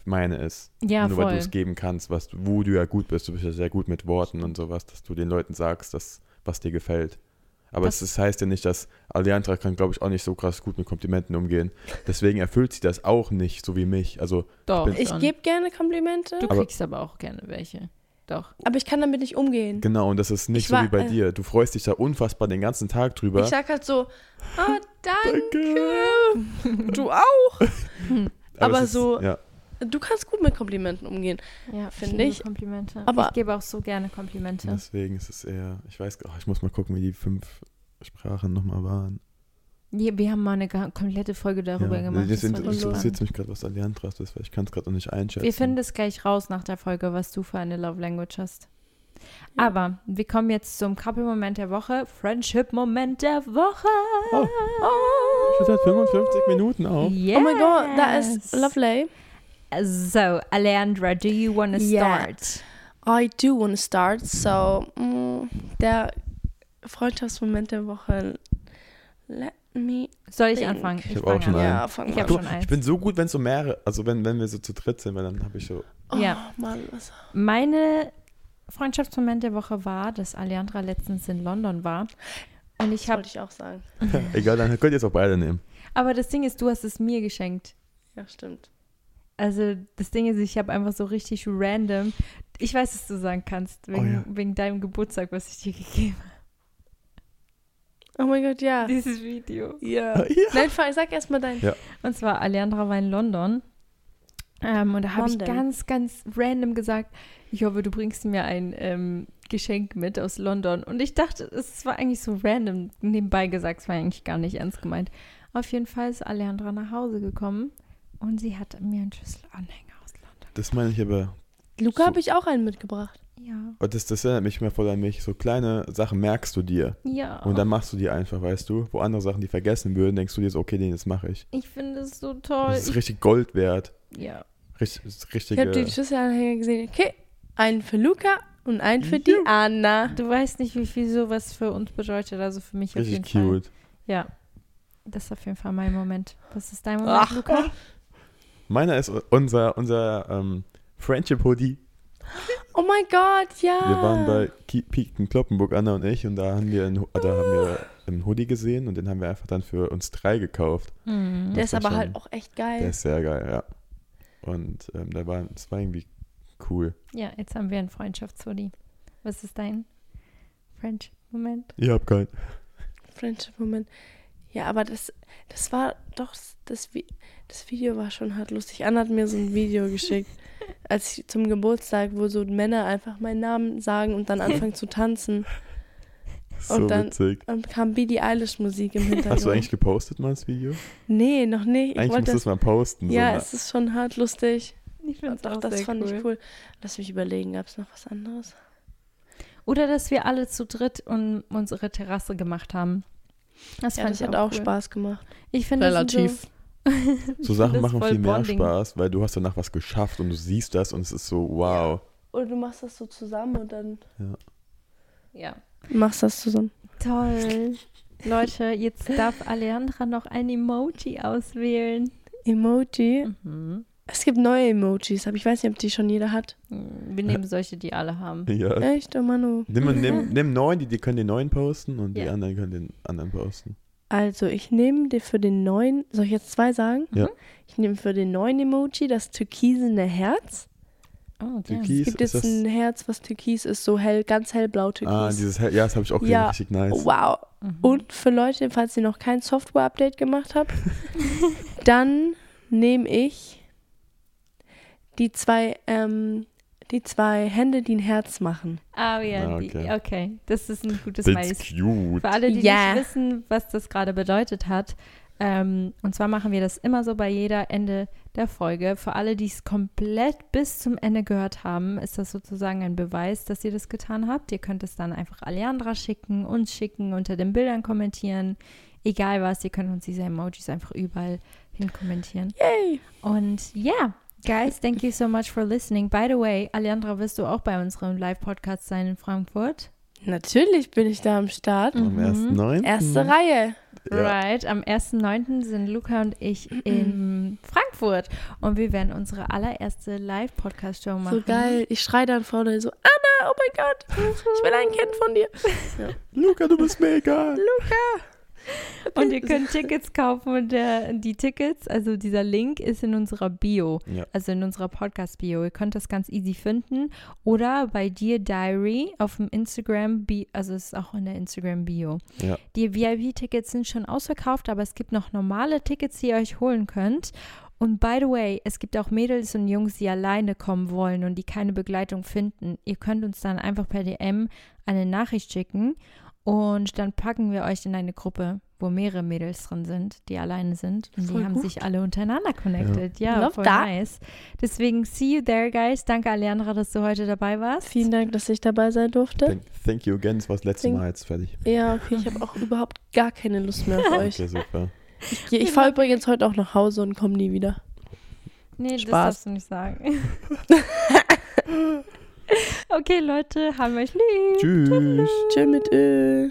meine ist. Ja, nur weil voll. du es geben kannst, was, du- wo du ja gut bist. Du bist ja sehr gut mit Worten und sowas, dass du den Leuten sagst, dass, was dir gefällt. Aber Das- es ist- heißt ja nicht, dass Aliantra kann, glaube ich, auch nicht so krass gut mit Komplimenten umgehen. Deswegen erfüllt sie das auch nicht, so wie mich. Also Doch. bin- Ich schon. gebe gerne Komplimente, Du Aber- kriegst aber auch gerne welche. Doch. aber ich kann damit nicht umgehen. genau, und das ist nicht Ich so war- wie bei äh, dir. Du freust dich da unfassbar den ganzen Tag drüber. Ich sag halt so, [LAUGHS] ah, danke. du auch. aber es ist- so- Ja, Du kannst gut mit Komplimenten umgehen. Ja, Finde liebe ich. Komplimente. Aber- ich gebe auch so gerne Komplimente. deswegen ist es eher, ich weiß, oh, ich muss mal gucken, wie die fünf Sprachen nochmal waren. Je- Wir haben mal eine ga- komplette Folge darüber ja. gemacht. Das, Das war interessiert super. interessiert mich gerade, was Alliantras ist, weil ich kann es gerade noch nicht einschätzen. Wir finden es gleich raus nach der Folge, was du für eine Love Language hast. Ja. Aber wir kommen jetzt zum Couple-Moment der Woche. Friendship-Moment der Woche. Oh. schon seit 55 Minuten auf. Yes. Oh mein Gott, that is lovely. So, Alejandra, do you want to Yeah. start? I do want to start. So, mm, der Freundschaftsmoment der Woche. Let me. Soll ich Think. anfangen? Ich hab auch fang schon an. einen. Ja, fang Ich mal hab an. Guck schon mal, eins. ich bin so gut, wenn es so mehrere, also wenn, wenn wir so zu dritt sind, weil dann habe ich so, [LAUGHS] Oh, Ja. Oh, Mann, was. Meine Freundschaftsmoment der Woche war, dass Alejandra letztens in London war. Und ich Das habe, wollte ich auch sagen. egal, dann könnt ihr es auch beide nehmen. aber das Ding ist, du hast es mir geschenkt. Ja, stimmt. Also das Ding ist, ich habe einfach so richtig random. Ich weiß, dass du sagen kannst, wegen, Oh ja. wegen deinem Geburtstag, was ich dir gegeben Oh mein Gott, ja. habe. [LAUGHS] Dieses Video. Ja. [LAUGHS] Ja. Nein, fang- sag erstmal dein. Und zwar, Alejandra war in London. Ähm, und da habe ich London. ganz, ganz random gesagt, ich hoffe, du bringst mir ein ähm, Geschenk mit aus London. Und ich dachte, es war eigentlich so random. Nebenbei gesagt, es war eigentlich gar nicht ernst gemeint. Auf jeden Fall ist Alejandra nach Hause gekommen und sie hat mir einen Schlüsselanhänger aus London. Das meine ich aber, Luca So. habe ich auch einen mitgebracht. Ja. und das, das erinnert mich immer voll an mich, so kleine Sachen merkst du dir. Ja. Und dann machst du die einfach, weißt du? Wo andere Sachen, die vergessen würden, denkst du dir so, okay, den jetzt mache ich. ich finde es so toll. Das ist richtig Gold wert. Ich, ja. Richtig, das ist Ich habe richtige. den Schlüsselanhänger gesehen. Okay, einen für Luca und einen für die Anna. Du weißt nicht, wie viel sowas für uns bedeutet. Also für mich auf jeden Richtig Fall. cute. Ja. Das ist auf jeden Fall mein Moment. Was ist dein Moment, Luca? Meiner ist unser, unser ähm, Friendship Hoodie. Oh mein Gott, ja. Wir waren bei Ki- Peak in Kloppenburg, Anna und ich, und da haben wir einen, Ho- da haben wir einen Hoodie gesehen und den haben wir einfach dann für uns drei gekauft. Mhm. Der ist Das war aber schon- halt auch echt geil. Der ist sehr geil, ja. Und ähm, da war, das war irgendwie cool. Ja, jetzt haben wir einen Freundschaftshoodie. Was ist dein Friendship-Moment? Ich hab keinen. Friendship-Moment. Ja, aber das, das war doch, das, Vi- das Video war schon hart lustig. Anna hat mir so ein Video [LAUGHS] geschickt, als ich zum Geburtstag, wo so Männer einfach meinen Namen sagen und dann anfangen zu tanzen. So Und dann- witzig. Und kam Billie Eilish Musik im Hintergrund. Hast du eigentlich gepostet mal das Video? Nee, noch nicht. Ich eigentlich musst wollte du es das. mal posten. Ja, so es ist schon hart lustig. Ich finde Doch, das fand ich cool. Lass mich überlegen, gab es noch was anderes? Oder dass wir alle zu dritt und unsere Terrasse gemacht haben. Das ja, fand das ich hat auch cool. Spaß gemacht. Ich finde das sind Relativ. So, mal, so das Sachen machen voll viel mehr Bonding. Spaß, weil du hast danach was geschafft und du siehst das und es ist so, wow. Oder du machst das so zusammen und dann. ja. Machst das zusammen. Toll. Leute, jetzt darf Alejandra noch ein Emoji auswählen. Emoji. Mhm. Es gibt neue Emojis, aber ich weiß nicht, ob die schon jeder hat. Wir nehmen solche, die alle haben. Ja. Echt, oh Manu. Nimm, nimm, nimm neun, die, die können den neuen posten und die Ja. anderen können den anderen posten. Also, ich nehme dir für den neuen, soll ich jetzt zwei sagen? Ja. Ich nehme für den neuen Emoji das türkisene Herz. Oh, damn. Türkis Es gibt ist jetzt ein Herz, was türkis ist, so hell, ganz hellblau türkis. Ah, dieses Hell- Ja, das habe ich auch gesehen. Ja. Richtig nice. Wow. Und für Leute, falls ihr noch kein Software-Update gemacht habt, dann nehme ich die zwei, ähm, die zwei Hände, die ein Herz machen. Ah ja, Ah, okay. okay. okay. Das ist ein gutes That's Mais. cute. Mhm. Für alle, die Ja. nicht wissen, was das gerade bedeutet hat. Ähm, und zwar machen wir das immer so bei jeder Ende der Folge. Für alle, die es komplett bis zum Ende gehört haben, ist das sozusagen ein Beweis, dass ihr das getan habt. Ihr könnt es dann einfach Alejandra schicken, uns schicken, unter den Bildern kommentieren. Egal was, ihr könnt uns diese Emojis einfach überall hin kommentieren. Yay! Und ja, guys, thank you so much for listening. By the way, Alejandra, wirst du auch bei unserem Live-Podcast sein in Frankfurt? Natürlich bin ich da am Start. Am 1.9. Erste Reihe. Ja. Right, am 1.9. sind Luca und ich in Frankfurt und wir werden unsere allererste Live-Podcast-Show machen. So geil. Ich schreie dann vorne so, Anna, oh mein Gott, ich will ein Kind von dir. Luca, du bist mir [LAUGHS] egal. Und ihr könnt Tickets kaufen und der, die Tickets, also dieser Link ist in unserer Bio, Ja. also in unserer Podcast-Bio. Ihr könnt das ganz easy finden oder bei Dear Diary auf dem Instagram, Bi- also es ist auch in der Instagram-Bio. ja. Die VIP-Tickets sind schon ausverkauft, aber es gibt noch normale Tickets, die ihr euch holen könnt. Und by the way, es gibt auch Mädels und Jungs, die alleine kommen wollen und die keine Begleitung finden. Ihr könnt uns dann einfach per DM eine Nachricht schicken und dann packen wir euch in eine Gruppe. wo mehrere Mädels drin sind, die alleine sind. Und Voll die haben gut. sich alle untereinander connected. Ja, Love voll that. nice. Deswegen, see you there, guys. Danke, Alejandra, dass du heute dabei warst. Vielen Dank, dass ich dabei sein durfte. Thank, thank you again, das war das letzte Thank- Mal jetzt fertig. Ja, okay, ich habe auch überhaupt gar keine Lust mehr auf euch. Okay, super. Ich, ich fahre übrigens heute auch nach Hause und komme nie wieder. Nee, das Spaß. darfst du nicht sagen. [LAUGHS] okay, Leute, haben wir euch lieb. Tschüss. Chill mit Öl.